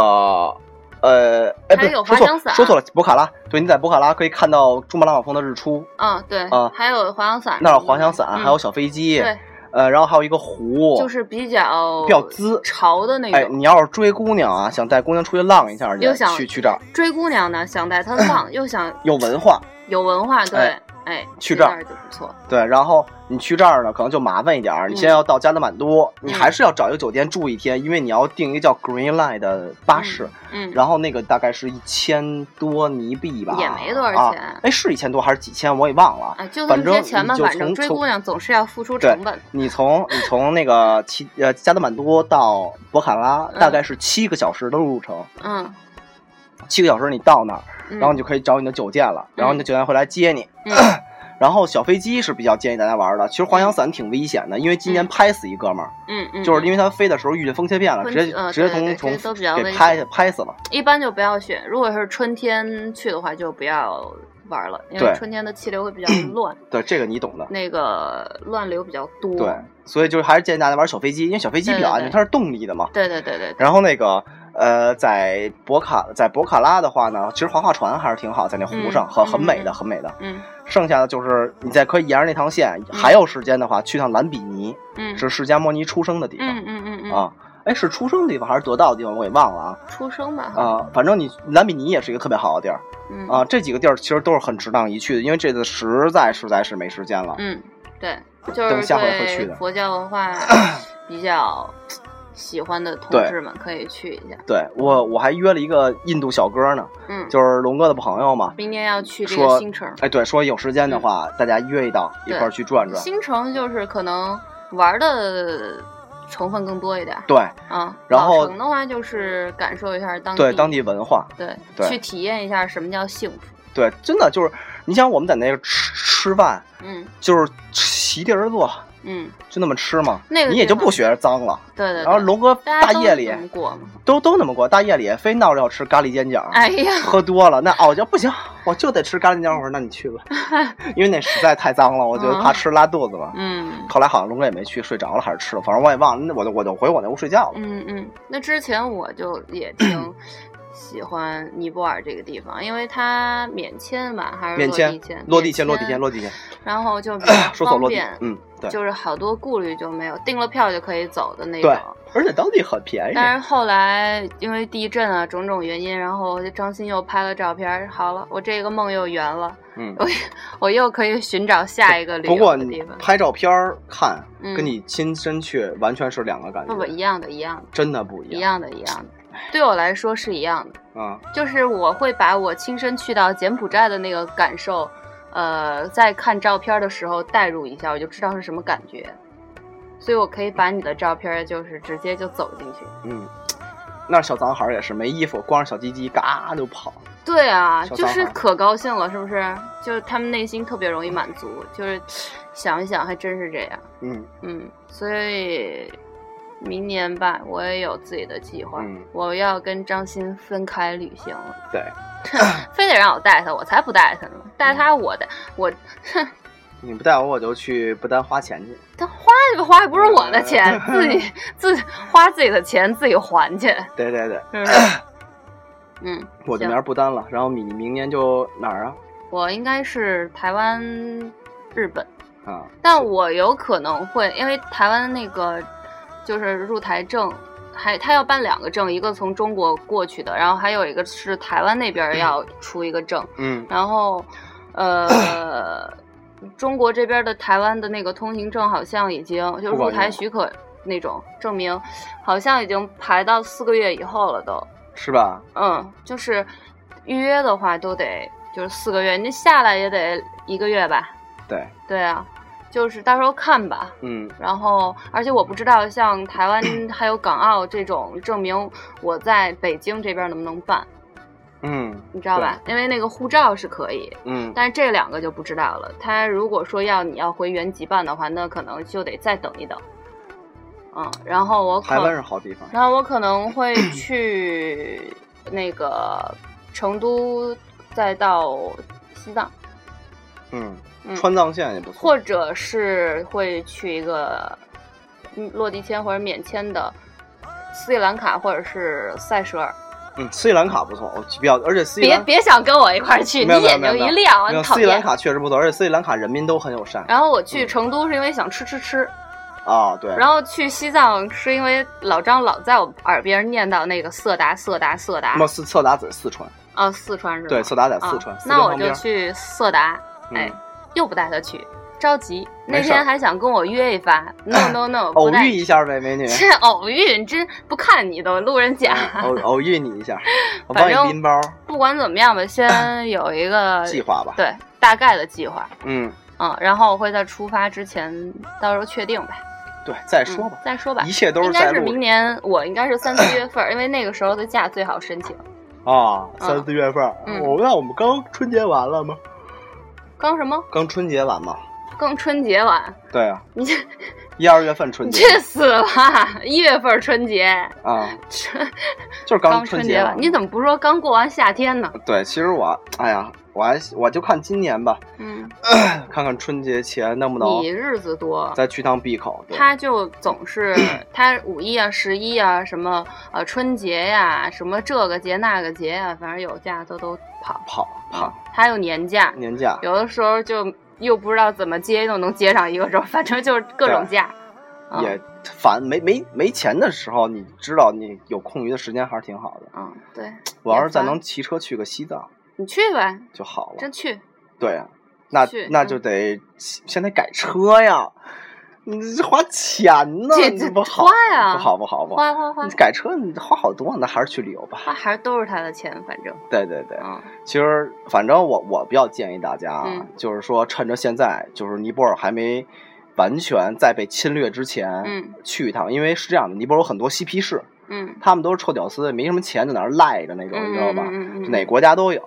S11: 呃，哎，不
S12: 还
S11: 是，
S12: 有
S11: 说
S12: 滑
S11: 错
S12: 翔
S11: 了，
S12: 伞
S11: 说错了，博卡拉。对，你在博卡拉可以看到珠穆朗玛峰的日出，
S12: 嗯，对
S11: 啊，
S12: 还有滑翔伞什么的，
S11: 那儿有滑翔伞，
S12: 嗯
S11: 还有小飞机，
S12: 对，
S11: 呃，然后还有一个湖，
S12: 就是比较
S11: 比较滋
S12: 潮的那
S11: 哎，
S12: 种。
S11: 你要是追姑娘啊，想带姑娘出去浪一下去
S12: 又想，
S11: 去去这儿
S12: 追姑娘呢，想带她
S11: <laughs>
S12: 浪，又想
S11: 有文化，
S12: 有文化，对
S11: 哎，
S12: 哎，
S11: 去
S12: 这
S11: 这儿
S12: 就不错。
S11: 对。然后你去这儿呢，可能就麻烦一点儿。你先要到加德满都，
S12: 嗯
S11: 你还是要找一个酒店住一天，因为你要订一个叫 Green Line 的巴士，
S12: 嗯，
S11: 然后那个大概是一千多尼币吧，
S12: 也没多少钱
S11: 啊哎，是一千多还是几千，我也忘了。
S12: 啊，就那
S11: 反
S12: 么
S11: 正
S12: 些钱吧，
S11: 你就
S12: 反正
S11: 从
S12: 追
S11: 从
S12: 姑娘总是要付出成本。
S11: 你从你从那个七呃加德满都到博卡拉，
S12: 嗯
S11: 大概是七个小时的路程。
S12: 嗯，
S11: 七个小时你到那儿，
S12: 嗯
S11: 然后你就可以找你的酒店了，然后你的酒店会来接你。 <clears throat>
S12: 嗯
S11: 然后小飞机是比较建议大家玩的，其实滑翔伞挺危险的，因为今年
S12: 嗯
S11: 拍死一哥们儿，
S12: 嗯嗯，
S11: 就是因为
S12: 为
S11: 他飞的时候遇见风切片了，
S12: 风
S11: 直接
S12: 呃
S11: 直接
S12: 对对
S11: 从
S12: 对这
S11: 从
S12: 都比较危
S11: 给
S12: 险
S11: 拍拍死了。
S12: 一般就不要选，如果是春天去的话，就不要玩了，因为
S11: 对
S12: 春天的气流
S11: <clears throat>
S12: 会比较乱，
S11: 对，这个你懂的。
S12: 那个乱流比较多。
S11: 对，所以就是还是建议大家玩小飞机，因为小飞机比较安
S12: 对对
S11: 全，
S12: 对
S11: 它是动力的嘛。
S12: 对对对对对，
S11: 然后那个呃，在博卡在博卡拉的话呢，其实划划船还是挺好，在那湖上
S12: 嗯
S11: 很很
S12: 嗯
S11: 美的，
S12: 嗯
S11: 很美的。
S12: 嗯
S11: 剩下的就是你再可以沿着那趟线，还有时间的话，去趟兰比尼，
S12: 嗯
S11: 是释迦摩尼出生的地方
S12: 嗯嗯嗯嗯，
S11: 啊。哎，是出生的地方还是得道的地方？我给忘了啊
S12: 出生吧哈，
S11: 啊！反正你兰比尼也是一个特别好的地儿
S12: 嗯
S11: 啊。这几个地儿其实都是很值当一去的，因为这次实在实在是没时间了。
S12: 嗯，对，就
S11: 等
S12: 是
S11: 下回会去
S12: 对
S11: 的
S12: 佛教
S11: <clears throat>
S12: 文化比较喜欢的同
S11: 对
S12: 志们可以去一下。
S11: 对我我还约了一个印度小哥呢，
S12: 嗯，
S11: 就是龙哥的朋友嘛。
S12: 明年要去这个
S11: 说
S12: 新城，
S11: 哎，对，说有时间的话，大家约一道一块儿去转转。
S12: 嗯新城就是可能玩的成分更多一点
S11: 对
S12: 啊。
S11: 然后
S12: 老城的话就是感受一下当地
S11: 对，当地文化，
S12: 对
S11: 对
S12: 去体验一下什么叫幸福。
S11: 对，真的就是，你想我们在那个吃吃饭，
S12: 嗯
S11: 就是席地而坐，
S12: 嗯，
S11: 就那么吃嘛，
S12: 那个
S11: 你也
S12: 地
S11: 就
S12: 方
S11: 不学着脏了。
S12: 对对对。
S11: 然后龙哥
S12: 大家
S11: 大
S12: 都
S11: 夜里
S12: 这么过嘛？
S11: 都都那么过，大夜里非闹着要吃咖喱煎饺，
S12: 哎呀，
S11: 喝多了那哦我就不行，我就得吃咖喱煎饺。我说那你
S12: <laughs>
S11: 去吧，因为那实在太脏了，我就
S12: 哦
S11: 怕吃拉肚子嘛。
S12: 嗯。
S11: 后来好像龙哥也没去，睡着了还是吃了，反正我也忘了，那我就我就回我那屋睡觉了。
S12: 嗯嗯，那之前我就也
S11: <clears throat>
S12: 挺喜欢尼泊尔这个地方，因为它免签吧，还是
S11: 免
S12: 签
S11: 签？
S12: 落
S11: 落地签，落地签，落
S12: 地
S11: 地签，
S12: 签。然后就比较
S11: 说错
S12: 方
S11: 落地
S12: 便，，
S11: 嗯，对
S12: 就是好多顾虑就没有，订了票就可以走的那种
S11: 对。，哎而且当地很便宜。
S12: 但是后来因为地震啊种种原因，然后张欣又拍了照片儿，好了，我这个梦又圆了，
S11: 嗯，
S12: 我又可以寻找下一个旅
S11: 不过
S12: 游的
S11: 你
S12: 地方。
S11: 拍照片儿看，
S12: 嗯
S11: 跟你亲身去完全是两个感
S12: 不不，
S11: 觉，
S12: 一样的，一样的，
S11: 真的不一
S12: 一
S11: 样
S12: 样的，一样的，对我来说是一样的。
S11: 啊！
S12: 就是我会把我亲身去到柬埔寨的那个感受，呃，在看照片的时候代入一下，我就知道是什么感觉。所以我可以把你的照片就是直接就走进去。
S11: 嗯，那小脏孩儿也是没衣服，光着小鸡鸡嘎就跑。
S12: 对啊，
S11: 小
S12: 就
S11: 三
S12: 是
S11: 好
S12: 可高兴了，是不是？就是他们内心特别容易满足，就是想一想，还真是这样。
S11: 嗯，
S12: 嗯，所以明年吧，我也有自己的计划，
S11: 嗯
S12: 我要跟张欣分开旅行了。
S11: 对，
S12: 非得让我带他，我才不带他呢！带他我的，我
S11: 你不带我，我就去不丹花钱去。
S12: 他花不花也不是我的
S11: <laughs>
S12: 钱，自己自花自己的钱自己还去，
S11: 对对对，
S12: 是
S11: <laughs>
S12: 不是？嗯，
S11: 我就
S12: 行
S11: 明儿不丹了，然后你明年就哪儿啊？
S12: 我应该是台湾、日本，
S11: 啊，
S12: 但我有可能会，因为台湾那个就是入台证还他要办两个证，一个从中国过去的，然后还有一个是台湾那边要出一个证，
S11: 嗯
S12: 然后，呃，中国这边的台湾的那个通行证好像已经就是
S11: 不管用
S12: 入台许可那种证明，好像已经排到四个月以后了都。
S11: 是吧？
S12: 嗯，就是预约的话都得就是四个月，你下来也得一个月吧？
S11: 对，
S12: 对啊，就是到时候看吧。
S11: 嗯
S12: 然后，而且我不知道像
S11: <clears throat>
S12: 台湾还有港澳这种证明，我在北京这边能不能办，
S11: 嗯
S12: 你知道吧？因为那个护照是可以，
S11: 嗯，
S12: 但是这两个就不知道了。他如果说要你要回原籍办的话，那可能就得再等一等。嗯，然后我可
S11: 台湾是好地方。
S12: 然后我可能会去那个成都，再到西藏，
S11: 嗯，
S12: 嗯，
S11: 川藏线也不错
S12: 或。者是会去一个嗯落地签或者免签的斯里兰卡或者是塞舌尔。
S11: 嗯，斯里兰卡不错，我比较而且斯里
S12: 别
S11: 兰
S12: 别想跟我一块儿去，
S11: 没有
S12: 你
S11: 没有
S12: 眼
S11: 没有
S12: 睛
S11: 没有
S12: 一亮，
S11: 没
S12: 你
S11: 有
S12: 讨
S11: 斯里兰
S12: 厌。
S11: 卡确实不错，而且斯里兰卡人民都很友善。
S12: 然后我去
S11: 嗯
S12: 成都是因为想吃吃吃，
S11: 啊，对，
S12: 然后去西藏是因为老张老在我耳边念叨那个色达色达色达
S11: 那么四色达在四川，
S12: 啊，四川是吧？
S11: 对，色达在四川
S12: 啊，
S11: 四川
S12: 那我
S11: 旁
S12: 就
S11: 边
S12: 去色达，
S11: 嗯
S12: 哎，又不带他去，着急。
S11: 没
S12: 那
S11: 事儿
S12: 天还想跟我约一
S11: <clears throat>
S12: 发，no no no，不
S11: 偶
S12: 带
S11: 遇一下呗，美女，嗯
S12: 这 <laughs> 偶遇，你真不看你都路人甲。
S11: 偶偶遇你一下，我帮
S12: 啊反
S11: 你
S12: 正
S11: 拎包，
S12: 不管怎么样吧，先有一个
S11: 嗯计划吧。
S12: 对大概的计划，
S11: 嗯，
S12: 嗯，然后我会在出发之前到时候确定吧，
S11: 对，再
S12: 嗯
S11: 说吧，
S12: 再说吧
S11: 一。切都
S12: 应
S11: 在
S12: 该是
S11: 路
S12: 明
S11: 上
S12: 年，我应该是三四月份儿，因为那个时候的假最好申请。
S11: 啊，三
S12: 嗯
S11: 四月份儿，
S12: 嗯
S11: 我那我们刚春节完了吗？
S12: 刚什么？
S11: 刚春节完嘛？
S12: 更春节晚，
S11: 对啊，
S12: 你 <laughs> 这
S11: 一二月份春
S12: 你
S11: 节
S12: 去死吧！一月份儿春节，
S11: 啊，就是
S12: 刚
S11: 春
S12: 节
S11: 完
S12: 晚，。你怎么不说刚过完夏天呢？
S11: 对，其实我，哎呀，我还我就看今年吧，
S12: 嗯，
S11: 看看春节前能不能
S12: 你日子多，
S11: 再去趟闭口。对
S12: 他就总是他五一啊、十一啊、什么呃春节呀、什么这个节那个节呀、反正有假都都跑。
S11: 跑跑
S12: 还有年假，
S11: 年假，
S12: 有的时候就又不知道怎么接，又能接上一个周，反正就是各种
S11: 对啊
S12: 假。嗯
S11: 也反没没没钱的时候，你知道你有空余的时间还是挺好的。
S12: 嗯，对，
S11: 我要是再
S12: 烦
S11: 能骑车去个西藏
S12: 你去呗，
S11: 就好了
S12: 真。去。
S11: 对啊，那
S12: 去
S11: 那
S12: 嗯
S11: 就得现在改车呀，你这花钱呢，
S12: 这
S11: 你
S12: 这
S11: 不好
S12: 花呀
S11: 不好不好不好，
S12: 花花花
S11: 你改车你花好多，那还是去旅游吧。
S12: 花还是都是他的钱，反正
S11: 对对对，
S12: 嗯。
S11: 其实反正我我比较建议大家啊，
S12: 嗯
S11: 就是说趁着现在，就是尼泊尔还没完全在被侵略之前，
S12: 嗯
S11: 去一趟，因为是这样的，尼泊尔有很多嬉皮士，
S12: 嗯，
S11: 他们都是臭屌丝，没什么钱，在那儿赖着那种，你知道吧？
S12: 嗯嗯嗯嗯、
S11: 哪国家都有，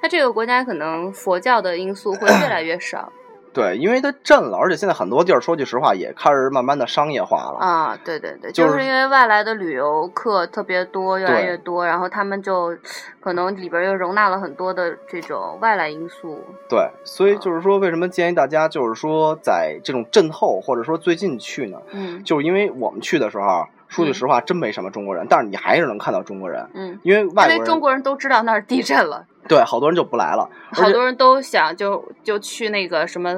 S12: 它这个国家可能佛教的因素会越来越少
S11: 对，因为它震了，而且现在很多地儿，说句实话，也开始慢慢的商业化了。
S12: 啊，对对对，
S11: 就
S12: 就是是因为外来的旅游客特别多，越来
S11: 对
S12: 越多，然后他们就可能里边又容纳了很多的这种外来因素。
S11: 对，所
S12: 啊
S11: 以就是说，为什么建议大家就是说，在这种震后或者说最近去呢？
S12: 嗯
S11: 就是因为我们去的时候，啊说句实话，真没什么中国人，但是你还是能看到中国人，
S12: 嗯，
S11: 因为外国
S12: 因为
S11: 人
S12: 中国人都知道那儿地震了，
S11: 对好多人就不来了，而
S12: 好
S11: 且
S12: 多人都想就就去那个什么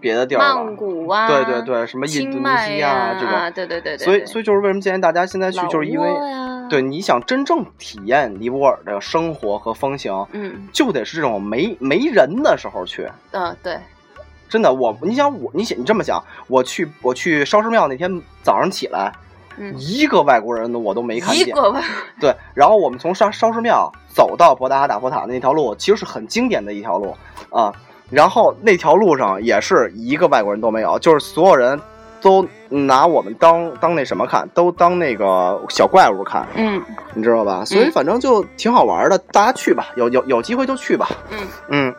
S11: 别的地儿
S12: 曼
S11: 了。
S12: 谷啊，
S11: 对对，对，什么印度
S12: 清
S11: 尼
S12: 迈
S11: 西亚啊
S12: 呀
S11: 这种，
S12: 对对对对，
S11: 所以所以就是为什么建议大家现在去，
S12: 老
S11: 就是因为
S12: 挝呀
S11: 对你想真正体验尼泊尔的生活和风情，
S12: 嗯
S11: 就得是这种没没人的时候去。
S12: 嗯对，
S11: 真的，我你想我你想你这么想，我去我去烧尸庙那天早上起来，
S12: 嗯，
S11: 一个外国人都我都没看
S12: 一
S11: 见。<laughs>
S12: 个吧，
S11: 对，然后我们从烧烧尸庙走到博达哈大佛塔那条路，其实是很经典的一条路啊。然后那条路上也是一个外国人都没有，就是所有人都拿我们当当那什么看，都当那个小怪物看，
S12: 嗯。
S11: 你知道吧？所以反正就挺好玩的，大家去吧，有有有机会就去吧。
S12: 嗯
S11: 嗯，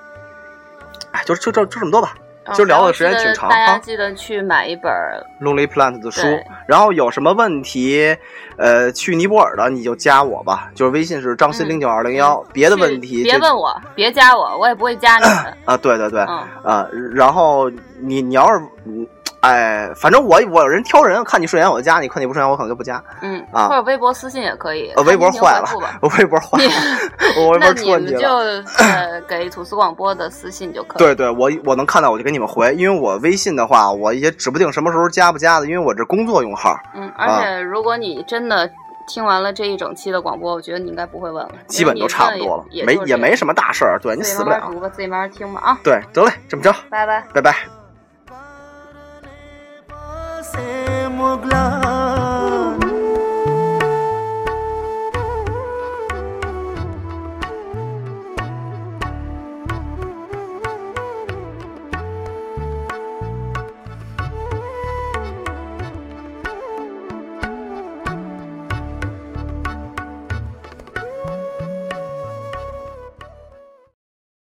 S11: 哎，就就就就这么多吧。
S12: 啊
S11: 今儿聊
S12: 然后
S11: 的时间
S12: 记得
S11: 挺长
S12: 大
S11: 啊
S12: 家记得去买一本儿
S11: Lonely Planet 的书
S12: 对，
S11: 然后有什么问题，呃，去尼泊尔的你就加我吧，就是微信是张鑫零九二零幺，别的
S12: 嗯去
S11: 问题
S12: 别
S11: 这
S12: 问我，别加我，我也不会加你的。
S11: 啊，对对对，啊、
S12: 嗯，
S11: 然后你你要是，嗯哎，反正我我有人挑人，看你顺眼我就加你，看你不顺眼我可能就不加， <laughs>
S12: 嗯，
S11: 啊
S12: 或者微博私信也可以。
S11: 呃，
S12: 看
S11: 微博
S12: 心情
S11: 坏
S12: 回复吧
S11: 了，我微博坏了， <laughs> 我 <laughs> 微
S12: 那
S11: 博
S12: 你
S11: 出问题
S12: 们就
S11: 了。
S12: 呃给吐司广播的私信就可以。
S11: 对对，我我能看到，我就给你们回，因为我微信的话，我也指不定什么时候加不加的，因为我这工作用号。
S12: 嗯，而且如果你真的听完了这一整期的广播，我觉得你应该不会问了，
S11: 基本都差不多了，没也
S12: 也
S11: 没什么大事儿，对你
S12: 自己
S11: 死
S12: 慢
S11: 不
S12: 慢
S11: 了
S12: 读。吧，自己慢慢听吧啊，
S11: 对，得嘞，这么着，
S12: 拜拜。
S11: 拜拜。
S10: से मुगला